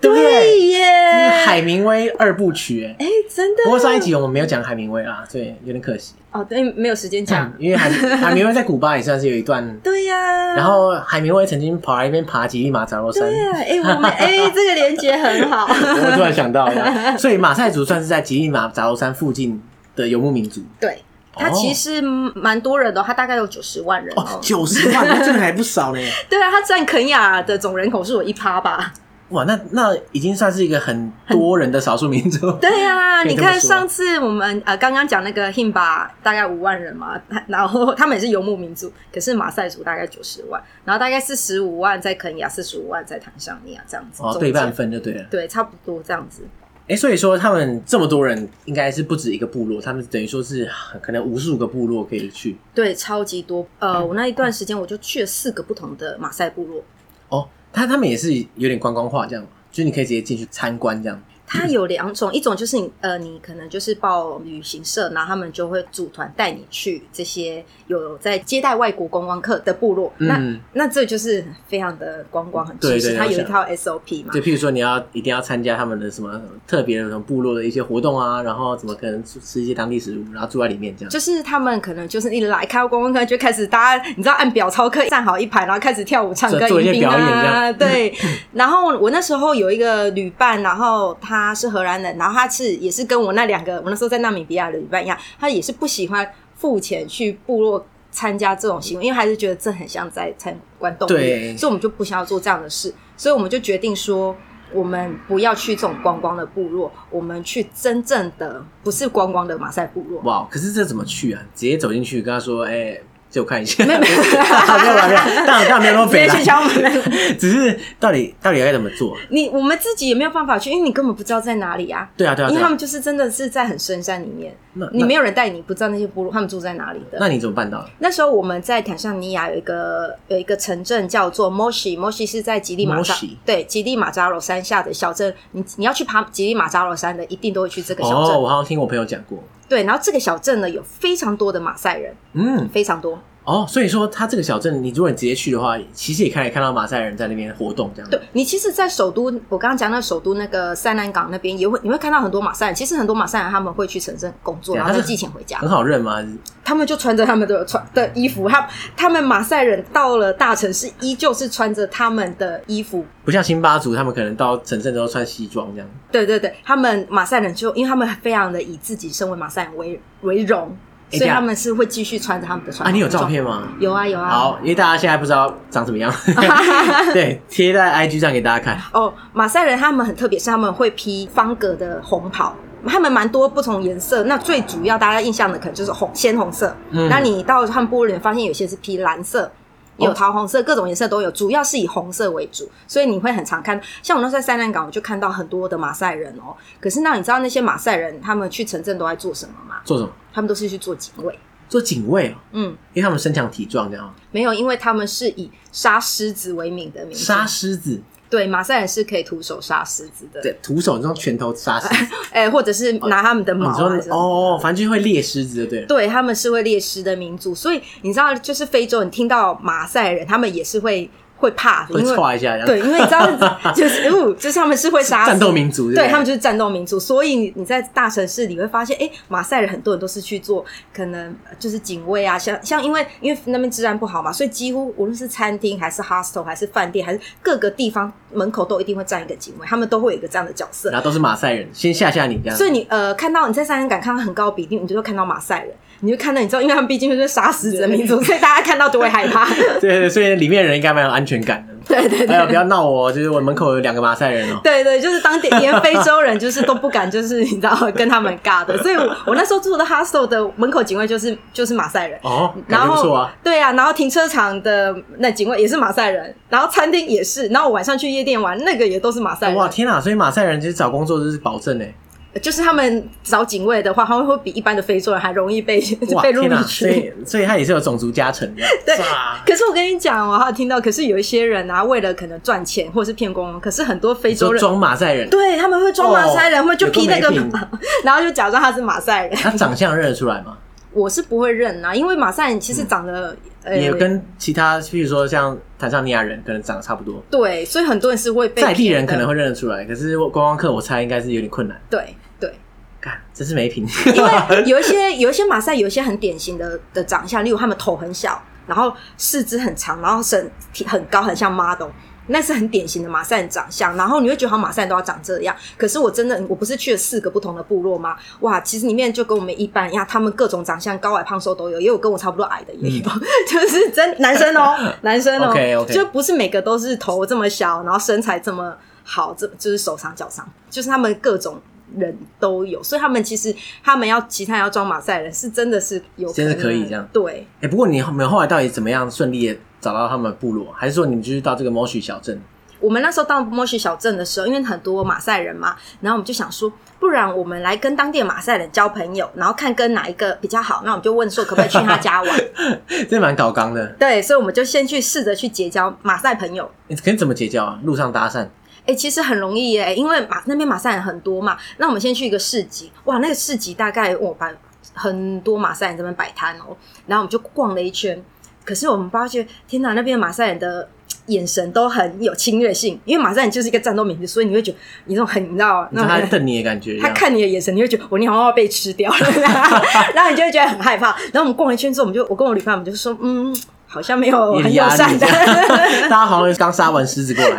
对不对对耶，这是海明威二部曲、哎哎，真的不过上一集我们没有讲海明威啦，对，有点可惜，嗯哦，对，没有时间讲。因为海海明威在古巴也算是有一段。对呀、然后海明威曾经跑来一边爬吉力马扎罗山，对呀、哎、我们哎、 这个连接很好。我突然想到了， 所以马赛族算是在吉力马扎罗山附近的游牧民族。对，他其实蛮多人的哦、他大概有九十万人哦哦，。九十万，那这个还不少 呢。对啊，他占肯雅的总人口数有一趴吧？哇，那那已经算是一个很多人的少数民族。 对啊，可以你这么看说上次我们呃刚刚讲那个 Himba 大概五万人嘛，然后他们也是游牧民族，可是马赛族大概九十万，然后大概四十五万在肯雅，四十五万在坦桑尼亚这样子，哦，中对间半，分就对了。对，差不多这样子。哎，所以说他们这么多人，应该是不止一个部落，他们等于说是可能无数个部落可以去。对，超级多。呃，我那一段时间我就去了四个不同的马赛部落，哦，他他们也是有点观光化这样，就是你可以直接进去参观这样。它有两种，一种就是你呃，你可能就是报旅行社，然后他们就会组团带你去这些有在接待外国观光客的部落。嗯那那这就是非常的观光很对清晰，对它我有一想套 SOP 嘛就。譬如说你要一定要参加他们的什么特别的什么部落的一些活动啊，然后怎么可能吃吃一些当地食物，然后住在里面这样。就是他们可能就是一来开观光客就开始大家你知道按表操课站好一排，然后开始跳舞、唱歌、做迎宾做一些表啊，演对。然后我那时候有一个旅伴，然后他是荷兰人，然后他是也是跟我那两个我那时候在纳米比亚的旅伴一样，他也是不喜欢付钱去部落。参加这种行为，因为还是觉得这很像在参观动物对园，所以我们就不想要做这样的事，所以我们就决定说，我们不要去这种观光的部落，我们去真正的不是观光的马赛部落。哇，可是这怎么去啊？直接走进去跟他说，哎、借我看一下。没有没 有没有啦没有啦，当然当然没有那么直接肥啦去敲 门。只是到底到底该怎么做？啊你我们自己也没有办法去，因为你根本不知道在哪里啊。对啊对啊因对为他们啊。就是真的是在很深山里面，那你那没有人带你，不知道那些部落他们住在哪里的。那你怎么办到的？那时候我们在坦桑尼亚有一个有一个城镇叫做 Moshi，Moshi 是在吉利马扎 Moshi 对吉利马扎罗山下的小镇。你你要去爬吉利马扎罗山的，一定都会去这个小镇。哦，我好像听我朋友讲过。对，然后这个小镇呢有非常多的马赛人，嗯，非常多。哦，所以说他这个小镇，你如果你直接去的话，其实也可以看到马赛人在那边活动这样。对，你其实，在首都，我刚刚讲那首都那个塞南港那边，也会你会看到很多马赛人。其实很多马赛人他们会去城镇工作，对啊然后他再是寄钱回家。很好认吗？他们就穿着他们的穿的衣服，他他们马赛人到了大城市，依旧是穿着他们的衣服。不像辛巴族，他们可能到城镇之后穿西装这样。对对对，他们马赛人就因为他们非常的以自己身为马赛人为为荣，哎所以这样他们是会继续穿着他们的传啊，统你有照装？片吗？有啊有啊。好，因为大家现在不知道长什么 样，对，贴在 IG 上给大家看。哦，马赛人他们很特别，是他们会披方格的红袍，他们蛮多不同颜色。那最主要大家印象的可能就是红鲜红色。嗯哦那你到他们部落里面发现有些是披蓝色。有桃红色，各种颜色都有，主要是以红色为主，所以你会很常看。像我那时候在塞南港，我就看到很多的马赛人哦。可是那你知道那些马赛人他们去城镇都在做什么吗？做什么？他们都是去做警卫。做警卫哦，嗯，因为他们身强体壮，这样哦没有，因为他们是以杀狮子为名的名字。杀狮子，对马赛人是可以徒手杀狮子的。对，徒手这种拳头杀狮 子。哎、或者是拿他们的毛、你啊说什么哦，反正就是会猎狮子的，对了。对，他们是会猎食的民族，所以你知道，就是非洲，你听到马赛人，他们也是会会啊怕的，会因为歘一下，这样 对，因为你知道，就是 哦，就是他们是会杀死 战斗民族，对不他们就是战斗民族，所以你你在大城市你会发现，哎、马赛人很多人都是去做可能呃就是警卫啊，像像因为因为那边治安不好嘛，所以几乎无论是餐厅还是 hostel 还是饭店还是各个地方门口都一定会站一个警卫，他们都会有一个这样的角色。然后都是马赛人，先吓吓你这样。所以你呃看到你在三人港看到很高比例，你就会看到马赛人，你就看到你知道，因为他们毕竟就是杀死人民族，所以大家看到都会害 怕。对对，所以里面人应该蛮有安全感的。对对哎呀，对。不要闹我哦，就是我门口有两个马赛人哦。对对，就是当地连非洲人就是都不敢，就是你知道跟他们尬的，所以我我那时候住的 hostel 的门口警卫就是就是马赛人，哦，感然觉不后、错啊。对啊，然后停车场的那警卫也是马赛人，然后餐厅也是，然后我晚上去夜店玩那个也都是马赛哇，人，天哪！所以马赛人其实找工作就是保证哎。就是他们找警卫的话，他们会比一般的非洲人还容易被哇， 被录天进哪！去所。以所以他也是有种族加 成的。对可是我跟你讲，我还有听到，可是有一些人啊，为了可能赚钱或是骗公公，可是很多非洲说人。装马赛人，对他们会装马赛人，哦会就披那个有多没马， 然后就假装他是马赛人。他长相认得出来 吗？我是不会认啊，因为马赛人其实长得、呃也跟其他，譬如说像坦桑尼亚人，可能长得差不多。对，所以很多人是会被在地人骗的可能会认得出来，可是观光客我猜应该是有点困难。对对，干，真是没品。因为有一些 有一些马赛，有一些很典型的的长相，例如他们头很小，然后四肢很长，然后身体很高，很像 model。那是很典型的马赛人长相，然后你会觉得好像马赛人都要长这样。可是我真的，我不是去了四个不同的部落吗？哇，其实里面就跟我们一般一样，他们各种长相，高矮胖瘦都有，也有跟我差不多矮的，也有， 就是真男生 哦，男生哦嗯 OK，OK 就不是每个都是头这么小，然后身材这么好，这就是手长脚长，就是他们各种人都有，所以他们其实他们要其他要装马赛人，是真的是有真的能可以这样对。哎、不过你们后来到底怎么样顺利地找到他们部落，还是说你们就是到这个 Moshi 小镇？ 我们那时候到莫西小镇的时候，因为很多马赛人嘛，然后我们就想说，不然我们来跟当地的马赛人交朋友，然后看跟哪一个比较好。那我们就问说，可不可以去他家玩？这蛮搞刚的。对，所以我们就先去试着去结交马赛朋友。你可以怎么结交啊？路上搭讪，哎、其实很容易耶、因为马那边马赛人很多嘛。那我们先去一个市集，哇，那个市集大概我把很多马赛人这边摆摊哦，然后我们就逛了一圈。可是我们发觉，天哪，那边马赛人的眼神都很有侵略性，因为马赛人就是一个战斗民族，所以你会觉得你那种很，你知道，你说那种他很在瞪你的啊感觉一他样。看你的眼神，你会觉得我你好像要被吃 掉了，然后你就会觉得很害怕。然后我们逛了一圈之后，我们就我跟我旅伴，我们就说，嗯，好像没有有很点友压力善的这。样，大 家好像刚杀完狮子过来，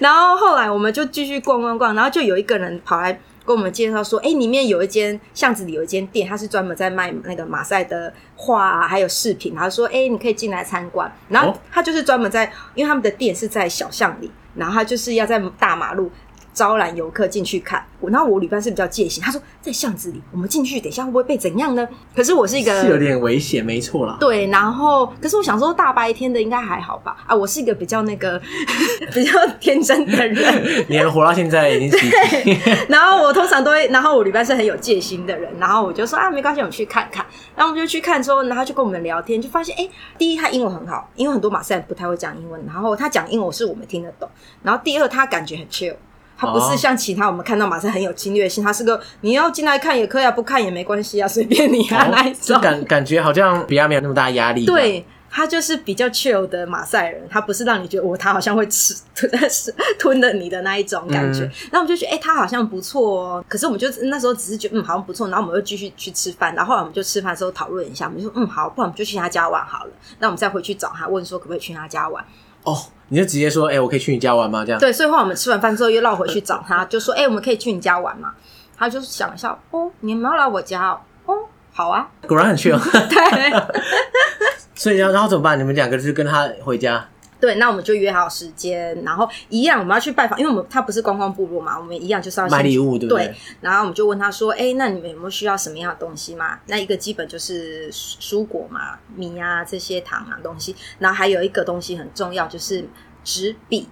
然后后来我们就继续逛逛逛，然后就有一个人跑来跟我们介绍说，哎，里面有一间巷子里有一间店，它是专门在卖那个马赛的画啊，还有饰品。然后说，哎，你可以进来参观。然后哦他就是专门在，因为他们的店是在小巷里，然后他就是要在大马路。招揽游客进去看，我然后我旅伴是比较戒心，他说在巷子里，我们进去，等一下会不会被怎样呢？可是我是一个是有点危险，没错啦。对，然后可是我想说，大白天的应该还好吧？啊，我是一个比较那个 比较天真的人，你能活到现在已经 奇迹，然后我通常都会，然后我啊礼拜是很有戒心的人，然后我就说啊，没关系，我们去看看。然后我们就去看之后，然后他就跟我们聊天，就发现哎，诶第一他英文很好，因为很多马赛人不太会讲英文，然后他讲英文是我们听得懂，然后第二他感觉很 chill。他不哦是像其他我们看到马赛很有侵略性，他是个你要进来看也可以啊，不看也没关系啊，随便你哦啊、那一种。就感感觉好像比较没有那么大压力。，对，他就是比较 chill 的马赛人，他不是让你觉得我哦他好像会吃 吞是吞了你的那一种感觉。嗯然后我们就觉得，哎、他好像不错哦。可是我们就那时候只是觉得，嗯，好像不错。然后我们又继续去吃饭。然后后来我们就吃饭的时候讨论一下，我们就说，嗯，好，不然我们就去他家玩好了。那我们再回去找他，问说可不可以去他家玩。哦，你就直接说，哎，我可以去你家玩吗？这样，对，所以后来我们吃完饭之后又绕回去找他，就说：“哎、我们可以去你家玩嘛？”他就想一下，哦，你们要来我家哦，哦，好啊， 果然很去哦。对。 所以然后然后怎么办？你们两个就是跟他回家，对，那我们就约好时间，然后一样我们要去拜访，因为我们他不是观光部落嘛，我们一样就是要先买礼物对不对对，然后我们就问他说：“哎，那你们有没有需要什么样的东西嘛？那一个基本就是蔬蔬果嘛，米啊这些糖啊东西，然后还有一个东西很重要，就是纸笔。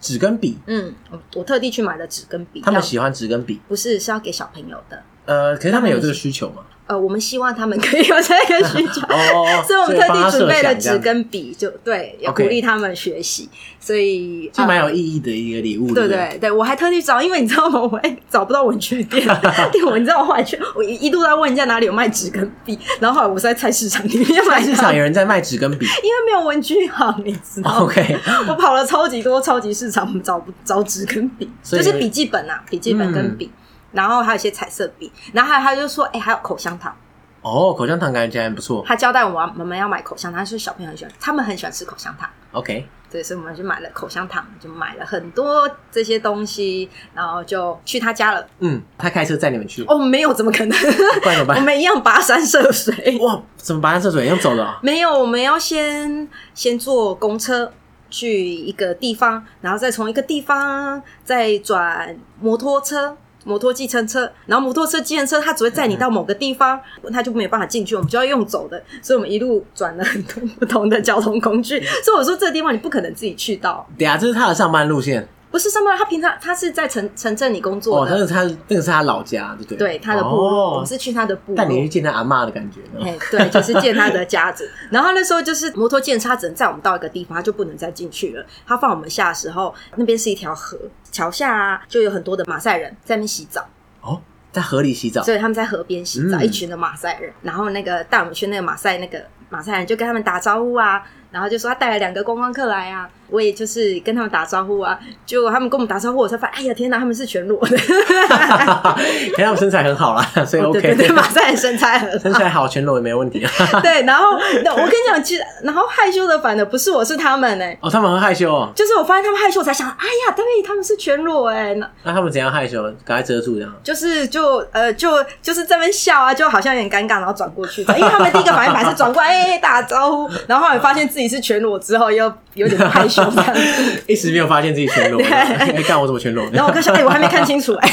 纸跟笔，嗯，我我特地去买了纸跟笔，他们要喜欢纸跟笔。不是是要给小朋友的。呃，可是他们有这个需求嘛？呃，我们希望他们可以有这个需 求。哦哦，哦 所以我们特帮他地准备设了想这样纸跟笔，就对，要鼓 OK 励他们学习。所以就呃蛮有意义的一个礼物，对不啊对对，我还特地找，因为你知道吗？我还找不到文 具店，对，我你知道我后来去，我一一度在问人家哪里有卖纸跟笔，然后后来我是在菜市场里面买菜到市场有人在卖纸 跟笔因为没有文具行，你知道吗 ，OK，我跑了超级多超级市场，找不找纸跟笔，所就以嗯是笔记本啊，笔记本跟笔，然后还有一些彩色笔，然后还有他就说，哎、还有口香糖，哦，口香糖感觉还不错他交代我们我们要买口香糖，他说小朋友很喜欢，他们很喜欢吃口香糖。 ，OK，对，所以我们就买了口香糖，就买了很多这些东西，然后就去他家了。嗯，他开车载你们去，哦，没有，怎么可能？不然怎么我办？们一样跋山涉水。哇，怎么跋山涉水用走的哦？没有，我们要先先坐公车去一个地方，然后再从一个地方再转摩托车。摩托计程车，然后摩托车、计程车，它只会载你到某个地方，它就没有办法进去，我们就要用走的，所以我们一路转了很多不同的交通工嗯具。所以我说这个地方你不可能自己去到，等一下，这是他的上班路线不是上班，他平常他是在城城镇里工哦作，的，那个是他那个是他老家，对不对？对他的部落，我哦们是去他的部落带。你去见他阿嬷的感觉嗯呢。哎，对，就是见他的家子。然后那时候就是摩托建车，他只能载我们到一个地方，他就不能再进去了。他放我们下的时候，那边是一条河，桥下啊就有很多的马赛人在那边洗澡，哦，在河里洗澡，所以他们在河边洗澡，嗯一群的马赛人。然后那个带我们去那个马赛那个马赛人就跟他们打招呼啊，然后就说他带了两个观光客来啊，我也就是跟他们打招呼啊，结果他们跟我们打招呼，我才发现，哎呀天哪，他们是全裸 的，可是他们身材很好 啦，所以 OK，哦对对对，马赛人身材很 身材好，全裸也没问题啊。 对，然后那我跟你讲，其实然后害羞的反而不是我，是他们哎、哦，他们很害羞哦，就是我发现他们害羞，我才想，哎呀，对，他们是全裸哎、那那他们怎样害羞？赶快遮住这样。 就是就呃就就是这边笑啊，就好像有点尴尬，然后转过去，因为他们第一个反应本来是转过来，哎、打招呼，然后后来发现自己是全裸之后，又有点害羞这样子。一时没有发现自己全裸，对 哎，看我怎么 全裸？ 然后我就想，哎、我还没看清楚、哎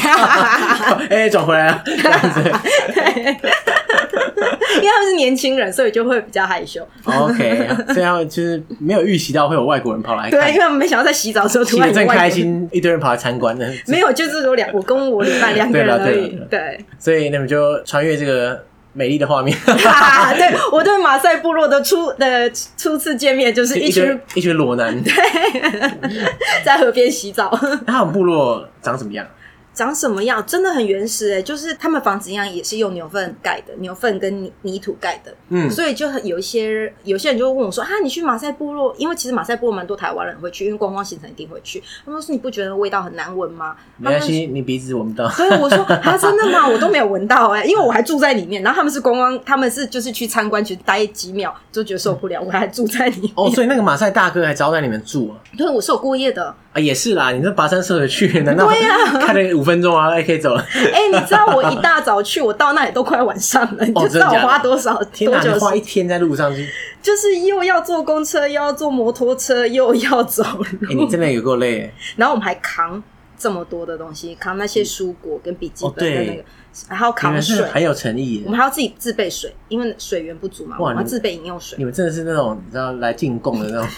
哎，转回来了， 这样子。因为他们是年轻人，所以就会比较害羞。哦 OK，这样就是没有预习到会有外国人跑来对，看因，为我们没想到在洗澡的时候突洗然的有正外国人开，心，一堆人跑来参观的，没有，就是有两，我跟我另外两个对人了而对了已对了，对。所以你们就穿越这个美丽的画面。哈哈对，我对马赛部落的初的初次见面就是 一一群群一群裸男，在河边洗澡， 那他们部落长什么样？长什么样真的很原始哎、就是他们房子一样也是用牛粪盖的，牛粪跟泥泥土盖的，嗯，所以就很有一些有些人就会问我说啊，你去马赛部落，因为其实马赛部落蛮多台湾人会去，因为观光行程一定会去。他们说你不觉得味道很难闻吗？没关系，你鼻子闻 不到。所以我说啊，真的吗？我都没有闻到 哎、因为我还住在里面。然后他们是观光，他们是就是去参观，去待几秒就觉得受不了，我还住在里面。哦，所以那个马赛大哥还招待你们住啊？对，我是有过夜的。啊，也是啦，你这跋山涉水去，难道对呀 看了五分钟啊，哎，可以走 了？哎、你知道我一大早去，我到那里都快晚上了，你就知道哦真的假我的花多少天多哪，你久的花时一天在路上 哎去，就是又要坐公车，又要坐摩托车，又要走路，哎，你真的有够累耶。然后我们还扛这么多的东西，扛那些蔬果跟笔记哦本对跟那个，然后你扛们是水，很有诚意我 耶，们还要自己自备水，因为水源不足嘛，哇我们要你自备饮用水 你。们真的是那种你知道来进贡的那种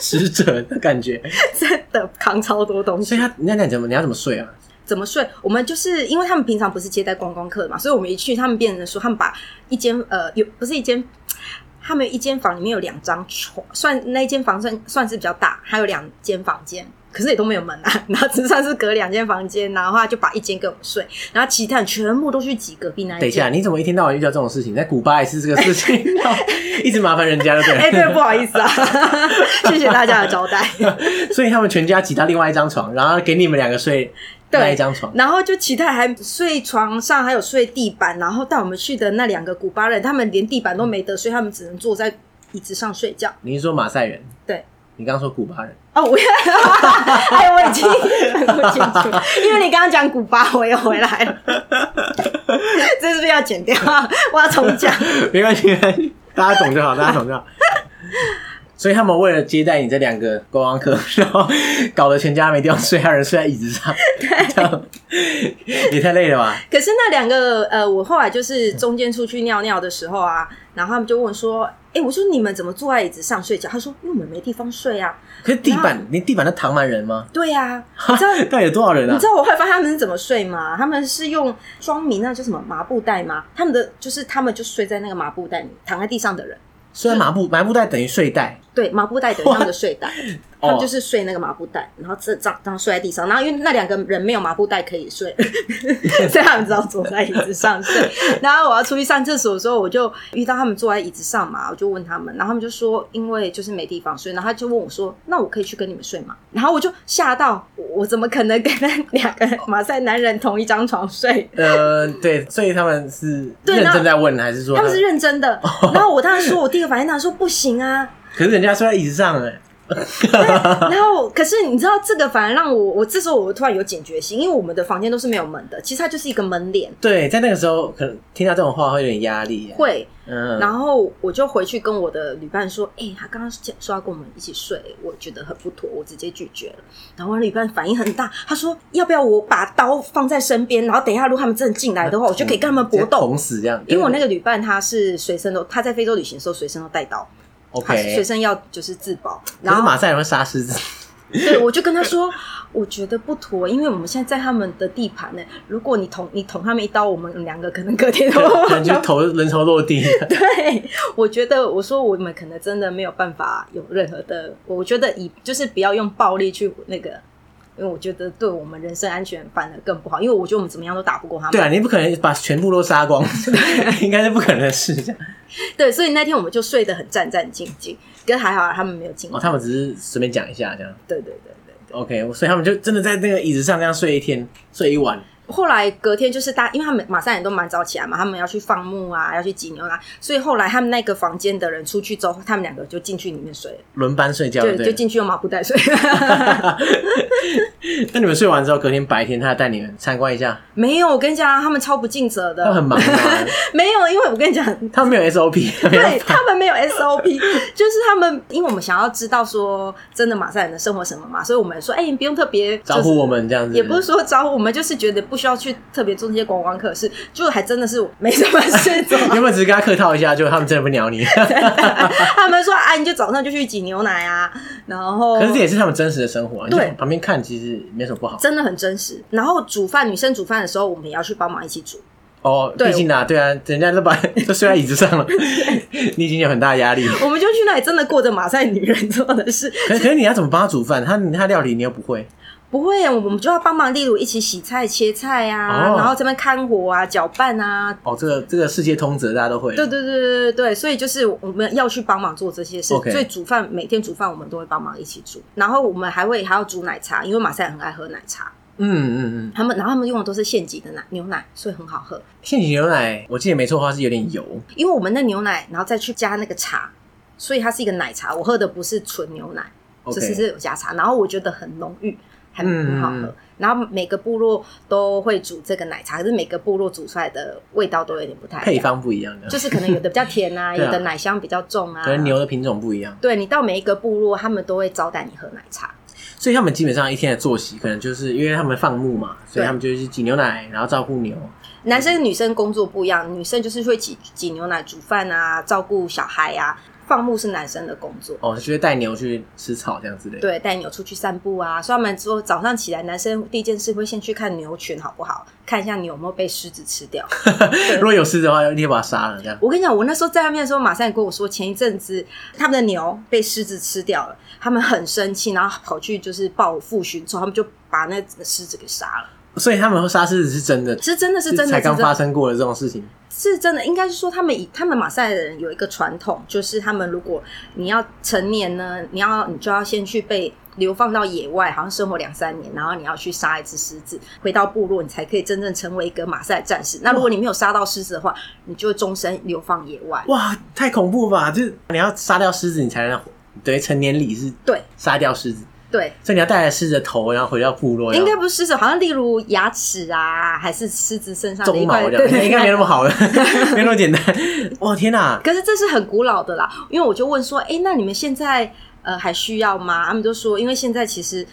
使者的感觉。真的扛超多东所西以，他，那那你怎么你要怎么睡啊？怎么睡？我们就是因为他们平常不是接待观光客的嘛，所以我们一去，他们变成说，他们把一间呃有不是一间，他们有一间房里面有两张床，算那一间房算算是比较大，还有两间房间。可是也都没有门啊， 然后只算是隔两间房间，然后他就把一间给我们睡，然后其他人全部都去挤隔壁那等一一下，间。你怎么一天到晚遇到这种事情？在古巴也是这个事情， 然后一直麻烦人家就对了。哎、对，不好意思啊， 谢谢大家的招待。所以他们全家挤到另外一张床，然后给你们两个睡对那一张床。然后就其他人还睡床上，还有睡地板。然后带我们去的那两个古巴人，他们连地板都没得睡，他们只能坐在椅子上睡觉。你是说马赛人？对，你刚刚说古巴人，哦，我哎，我已经分不清楚，因为你刚刚讲古巴，我又回来 了。这是不是要剪掉？我要重讲。没关系，没关系大家懂就好，大家懂就 好。所以他们为了接待你这两个观光客，然后搞得全家没地方睡，还有人睡在椅子上，这样也太累了 吧？可是那两个呃，我后来就是中间出去尿尿的时候啊，然后他们就问说：“哎、我说你们怎么坐在椅子上睡觉？”他说：“因为我们没地方睡啊。可是地板，连地板都躺满人吗？”对啊呀、你知道到底有多少人你啊知？道我后来发现他们是怎么睡吗？他们是用装迷那叫什么麻布袋吗？他们的就是他们就睡在那个麻布袋里，躺在地上的人，虽然麻布麻布袋等于睡袋，对，麻布袋等于他们的睡袋，他哦们就是睡那个麻布袋，然后这这样这样睡在地上，然后因为那两个人没有麻布袋可以 睡，所以他们只好坐在椅子上睡。然后我要出去上厕所的时候，我就遇到他们坐在椅子上嘛，我就问他们，然后他们就说因为就是没地方睡，然后他就问我说，那我可以去跟你们睡吗？然后我就吓到，我我怎么可能跟那两个马赛男人同一张床睡？呃，对，所以他们是对那认真在问，还 是说哦他们是认真的，然后我当然说，我第一个反应当然说不行啊，可是人家睡在椅子上哎，啊然后，可是你知道，这个反而让我，我这时候我突然有警觉性，因为我们的房间都是没有门的，其实它就是一个门帘。对，在那个时候可能听到这种话会有点压力、啊，会，嗯，然后我就回去跟我的旅伴说：“哎、他刚刚说要跟我们一起睡，我觉得很不妥，我直接拒绝了。”然后我的旅伴反应很大，他说：“要不要我把刀放在身边，然后等一下如果他们真的进来嗯的话，我就可以跟他们搏直接斗捅。死这样”，因为我那个个旅伴他是随身都，他在非洲旅行的时候随身都带刀，他 OK，随身要就是自保。可然是后马赛人会杀 狮子，对，我就跟他说，我觉得不妥，因为我们现在在他们的地盘呢。如果你捅你捅他们一刀，我们两个可能隔天都可能就头人头落地。对，我觉得我说我们可能真的没有办法有任何的，我觉得以就是不要用暴力去那个因为我觉得对我们人身安全反而更不好，因为我觉得我们怎么样都打不过他们。对啊，你不可能把全部都杀光， 应该是不可能的事。这样对，所以那天我们就睡得很战战兢兢，跟还好啊他们没有进来。哦，他们只是随便讲一下这样。对对对对。 OK，所以他们就真的在那个椅子上这样睡一天，睡一晚。后来隔天就是大，因为他们马赛人都蛮早起来嘛，他们要去放牧啊，要去挤牛奶，所以后来他们那个房间的人出去之后，他们两个就进去里面睡了，轮班睡觉，对，对就了，进去用麻布袋睡。 那你们睡完之后，隔天白天他带你们参观一下，没有，我跟你讲，他们超不尽责他们的，很忙吗， 没有，因为我跟你讲，他们没有 SOP，没有对他们没 有 SOP，就是他们，因为我们想要知道说真的马赛人的生活什么嘛，所以我们说，哎、你不用特别、就是、招呼我们这样子，也不是说招呼，我们就是觉得不需要去特别做这些观光课，是就还真的是没什么事做。原本只是跟他客套一下，就他们真的不鸟 你。他们说啊，你就早上就去挤牛奶啊，然后可是这也是他们真实的生活、啊，你对就旁边看其实没什么不好。真的很真实。然后煮饭，女生煮饭的时候，我们也要去帮忙一起煮。哦，对毕竟啊，对啊，人家都把 都睡在椅子上 了，你已经有很大压力。我们就去那里，真的过着马赛女人做的事。 可可是你要怎么帮他煮饭？他他料理你又不会，不会，我们就要帮忙，例如一起洗菜、切菜啊，哦然后这边看火啊、搅拌啊。哦，这个这个世界通则大家都会。对对对对对对，所以就是我们要去帮忙做这些事。 OK 所以煮饭每天煮饭我们都会帮忙一起煮，然后我们还会还要煮奶茶，因为马赛人很爱喝奶茶。嗯嗯嗯，他们然后他们用的都是现挤的奶牛奶，所以很好喝。现挤牛奶，我记得没错的话是有点油，因为我们那牛奶，然后再去加那个茶，所以它是一个奶茶。我喝的不是纯牛奶， OK 就是是有加茶，然后我觉得很浓郁，还嗯很好喝。然后每个部落都会煮这个奶茶，可是每个部落煮出来的味道都有点不太一配样，方不一样的，就是可能有的比较甜 啊，对啊有的奶香比较重啊可。能牛的品种不一样，对你到每一个部落，他们都会招待你喝奶茶。所以他们基本上一天的作息可能就是因为他们放牧嘛，所对以他们就是挤牛奶，然后照顾牛。男生女生工作不一样，女生就是会挤挤牛奶、煮饭啊，照顾小孩啊。放牧是男生的工作，哦，就是带牛去吃草这样之类的。对，带牛出去散步啊。所以他们说早上起来，男生第一件事会先去看牛群好不好，看一下牛有没有被狮子吃掉。 如果有狮子的话，要立刻把它杀了，这样。我跟你讲，我那时候在外面的时候，马上跟我说，前一阵子他们的牛被狮子吃掉了，他们很生气，然后跑去就是报复寻仇，他们就把那狮子给杀了。所以他们杀狮子是真的，是真的是真的，才是真刚的发生过的这种事情。是真的，应该是说他们以他们马赛人有一个传统，就是他们如果你要成年呢，你要你就要先去被流放到野外，好像生活两三年，然后你要去杀一只狮子，回到部落你才可以真正成为一个马赛战士。那如果你没有杀到狮子的话，你就终身流放野外。哇，太恐怖吧！就是你要杀掉狮子，你才能等于成年礼是对杀掉狮子，对，所以你要带着狮子的头，然后回到部落，然应后该不是狮子，好像例如牙齿啊，还是狮子身上的一鬃毛块，这 对样，对，应该没那么 好了，没那么简单。哇，天哪！可是这是很古老的啦，因为我就问说，诶，那你们现在呃还需要吗？他们就说，因为现在其实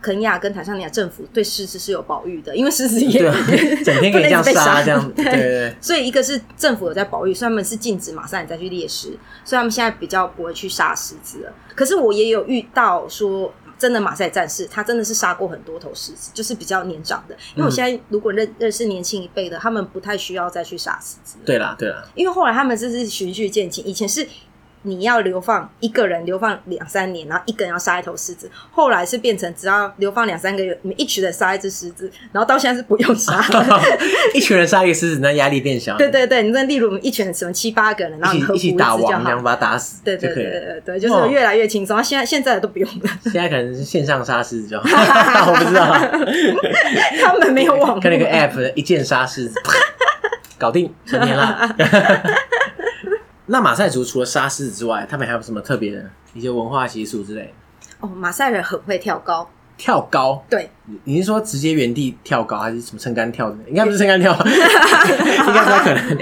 肯亚跟坦桑尼亚政府对狮子是有保育的，因为狮子也对 啊，整天给你这样不能一直被杀杀，这样，对对对。所以一个是政府有在保育，所以他们是禁止马上你再去猎狮，所以他们现在比较不会去杀狮子了。可是我也有遇到说。真的马赛战士，他真的是杀过很多头狮子，就是比较年长的。因为我现在如果认认识年轻一辈的，他们不太需要再去杀狮子了。对啦，对啦，因为后来他们这是循序渐进，以前是你要流放一个人流放两三年，然后一个人要杀一头狮子，后来是变成只要流放两三个月，你们一群人杀一只狮子，然后到现在是不用杀。 一群人杀一个狮子，那压力变小。 对，对对，你那例如我们一群人什么七八个人，然后一你合起一股一只起就打王，这样好。把它打死对就可对对以了。对对，就是越来越轻松，啊现在现在都不用了， 现在可能是线上杀狮子就好，我不知道。他们没有网络看那个 app 一键杀狮子， 啪搞定成年了。 那马赛族除了杀狮子之外，他们还有什么特别的一些文化习俗之类的？哦，马赛人很会跳高，跳高，对，你你是说直接原地跳高，还是什么撑杆跳的？应该不是撑杆跳， 应该不太可能。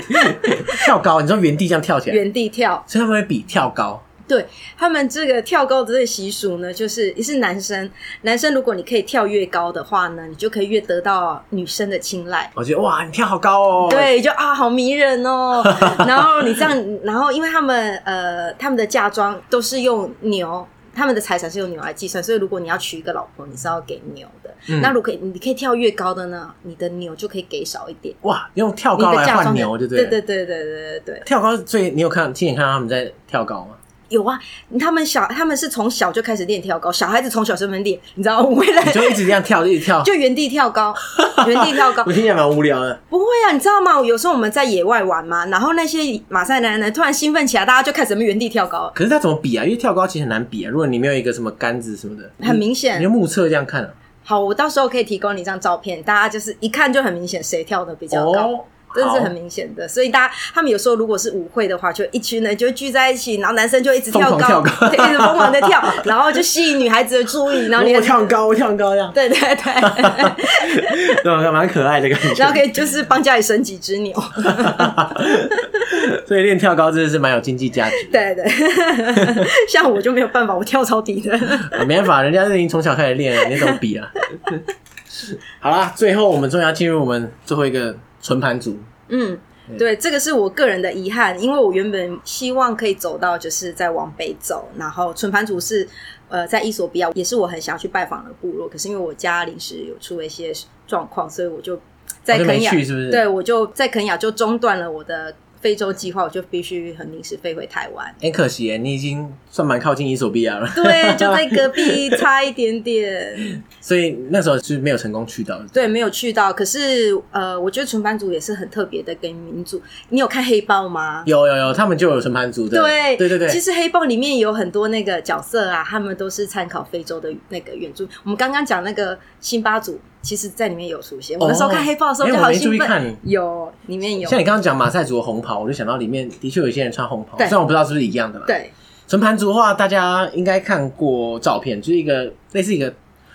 跳高，你说原地这样跳起来，原地跳，所以他们会比跳高。对他们这个跳高的这个习俗呢，就是也是男生，男生如果你可以跳越高的话呢，你就可以越得到女生的青睐。我觉得哇，你跳好高哦！，对，就啊，好迷人 哦。然后你这样，然后因为他们呃，他们的嫁妆都是用牛，他们的财产是用牛来计算，所以如果你要娶一个老婆，你是要给牛的。嗯那如果你可以跳越高的呢，你的牛就可以给少一点。哇，用跳你高的来嫁换妆的牛，对不对对？对对对对对对。跳高，所以你有看亲眼看到他们在跳高吗？ 有啊，他们小他们是从小就开始练跳高，小孩子从小就能练，你知道吗？ 我未来你就一直这样跳，一直跳， 就原地 跳高，原地跳高我，听起来蛮无聊的。不会啊，你知道吗？有时候我们在野外玩嘛，然后那些马赛男人突然兴奋起来，大家就开始原地跳高，可是他怎么比啊？因为跳高其实很难比啊。如果你没有一个什么杆子什么的，很明你显就。目测这样看啊。好，我到时候可以提供你一张照片，大家就是一看就很明显谁跳的比较高。哦，这是好很明显的，所以大家他们有时候如果是舞会的话，就一群人就会聚在一起，然后男生就一直跳高，疯狂跳高对，一直疯狂的跳，然后就吸引女孩子的注意，然后你哦我跳很高，我跳很高这 样，对对对，对，蛮可爱的感然后觉。可以就是帮家里省几只牛， 所以练跳高真的是蛮有经济价值。对 对，像我就没有办法，我跳超低的。 啊没办法，人家是已经从小开始练了，你怎么比啊？好啦，最后我们终于要进入我们最后一个纯盘组，嗯，对，这个是我个人的遗憾，因为我原本希望可以走到就是再往北走，然后纯盘族是呃在伊索比亚，也是我很想去拜访的部落，可是因为我家临时有出了一些状况，所以我就在我哦就没肯雅，去是不是？对我就在肯雅就中断了我的非洲计划，我就必须很临时飞回台湾。很哎可惜耶，你已经算蛮靠近伊索比亚了，对，啊就在隔壁差一点点，所以那时候是没有成功去到的。对，没有去到。可是呃，我觉得纯盘族也是很特别的跟民族。你有看黑豹吗？有有有，他们就有纯盘组的，对对对对，其实黑豹里面有很多那个角色啊，他们都是参考非洲的那个原著。我们刚刚讲那个辛巴族，其实在里面有出现。我那时候看黑豹的时候没就有哦哎我好没注兴意奋，看。有里面有像你刚刚讲马赛族的红袍，我就想到里面的确有一些人穿红袍，对虽然我不知道是不是一样的啦。，对纯盘族的话，大家应该看过照片，就是一个类似一个，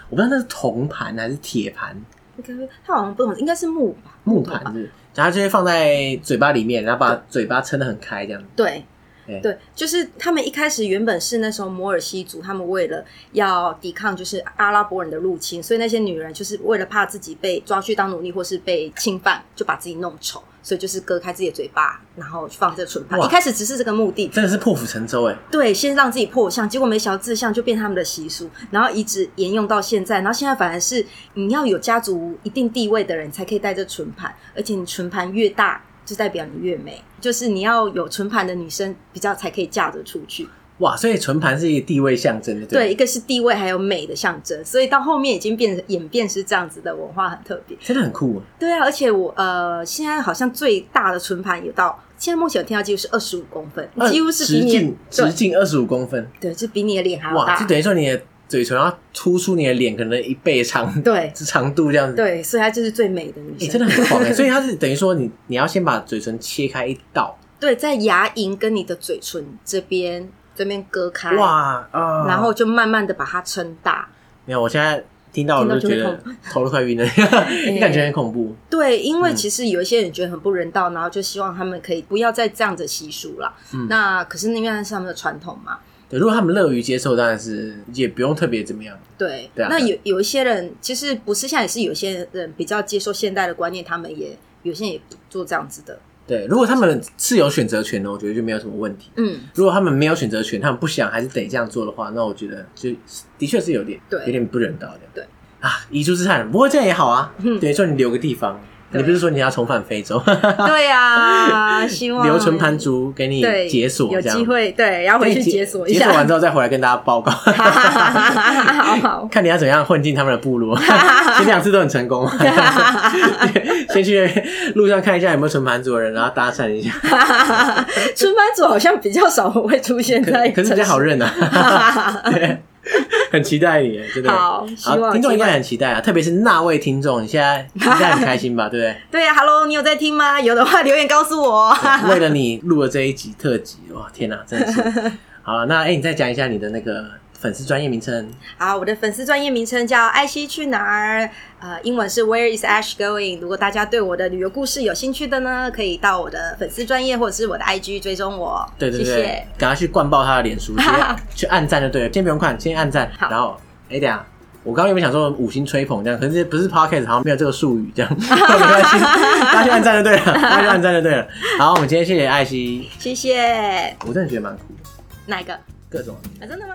我不知道那是铜盘还是铁盘，那个他好像不懂，应该是木吧？木头盘吧？子，然后就会放在嘴巴里面，然后把嘴巴撑得很开这样子。对对。对，就是他们一开始原本是那时候摩尔西族，他们为了要抵抗就是阿拉伯人的入侵，所以那些女人就是为了怕自己被抓去当奴隶或是被侵犯，就把自己弄丑，所以就是割开自己的嘴巴，然后放这个唇盘。哇一开始只是这个目的，真的是破釜沉舟哎、对，先让自己破相，结果没想到自相就变他们的习俗，然后一直沿用到现在，然后现在反而是你要有家族一定地位的人才可以带着唇盘，而且你唇盘越大，就代表你越美，就是你要有唇盘的女生比较才可以嫁得出去。哇！所以唇盘是一个地位象征的，对，对一吧，个是地位，还有美的象征，所以到后面已经变演变是这样子的文化，很特别。真的很酷啊。对啊，而且我呃，现在好像最大的唇盘有到。现在目前我听到几乎是二十五公分，几乎是比嗯直你的径直对径二十五公分，对，就比你的脸还要哇！大就。等于说你的嘴唇要突出你的脸可能一倍长对，长度这样子。对，所以她就是最美的女你、生。真的很 狂哎、所以它是等于说你你要先把嘴唇切开一道，对，在牙龈跟你的嘴唇这边这边割开，哇啊！然后就慢慢的把它撑大。没有，我现在听到我就觉听到得就 头都快晕了，感觉很恐怖。对，因为嗯其实有一些人觉得很不人道，然后就希望他们可以不要再这样的习俗了。嗯那可是那边是他们的传统嘛。对，如果他们乐于接受，当然是也不用特别怎么样。对，对啊那对有有一些人其实不是，现在也是有些人比较接受现代的观念，他们也有些人也不做这样子的。对，如果他们是有选择权的，我觉得就没有什么问题。 嗯，如果他们没有选择权，他们不想还是得这样做的话，那我觉得就的确是有点对有点不人道的。对啊，遗珠之憾，不过这样也好啊，嗯等于说你留个地方，对你不是说你要重返非洲，对呀、希望留纯盘族给你对解锁，有这样机会对，然后对回去解锁一解下。锁完之后再回来跟大家报告，哈哈哈哈哈哈，好好。 看你要怎样混进他们的部 落。前两次都很成功， 先去路上看一下有没有纯盘族的人，然后搭讪一下，春班组好像比较少会出现可在，可是比较好。认啊， 对，很期待你，真的。好，希望听众应今晚该很期待啊，特别是那位听众，你现在应该很开心吧， 对不对啊，Hello，你有在听吗？有的话留言告诉我。对？为了你录了这一集特辑，哇，天哪、真的 是。好，那哎、你再讲一下你的那个粉丝专业名称，好，我的粉丝专业名称叫艾希去哪儿，呃，英文是 Where is Ash going？如果大家对我的旅游故事有兴趣的呢，可以到我的粉丝专业或者是我的 IG 追踪我。对对谢对，谢。赶快去灌爆他的脸书，直 接去按赞就对了，先不用看，先按赞，好然后哎、等一下。我刚刚原本想说五星吹捧这样，可是不是 podcast 好像没有这个术语这样，没 关系，大家去按赞就对了，大家去按赞就对了。好，我们今天谢谢艾希，谢谢。我真的觉得蛮酷的，哪一个？啊，各种。真的吗？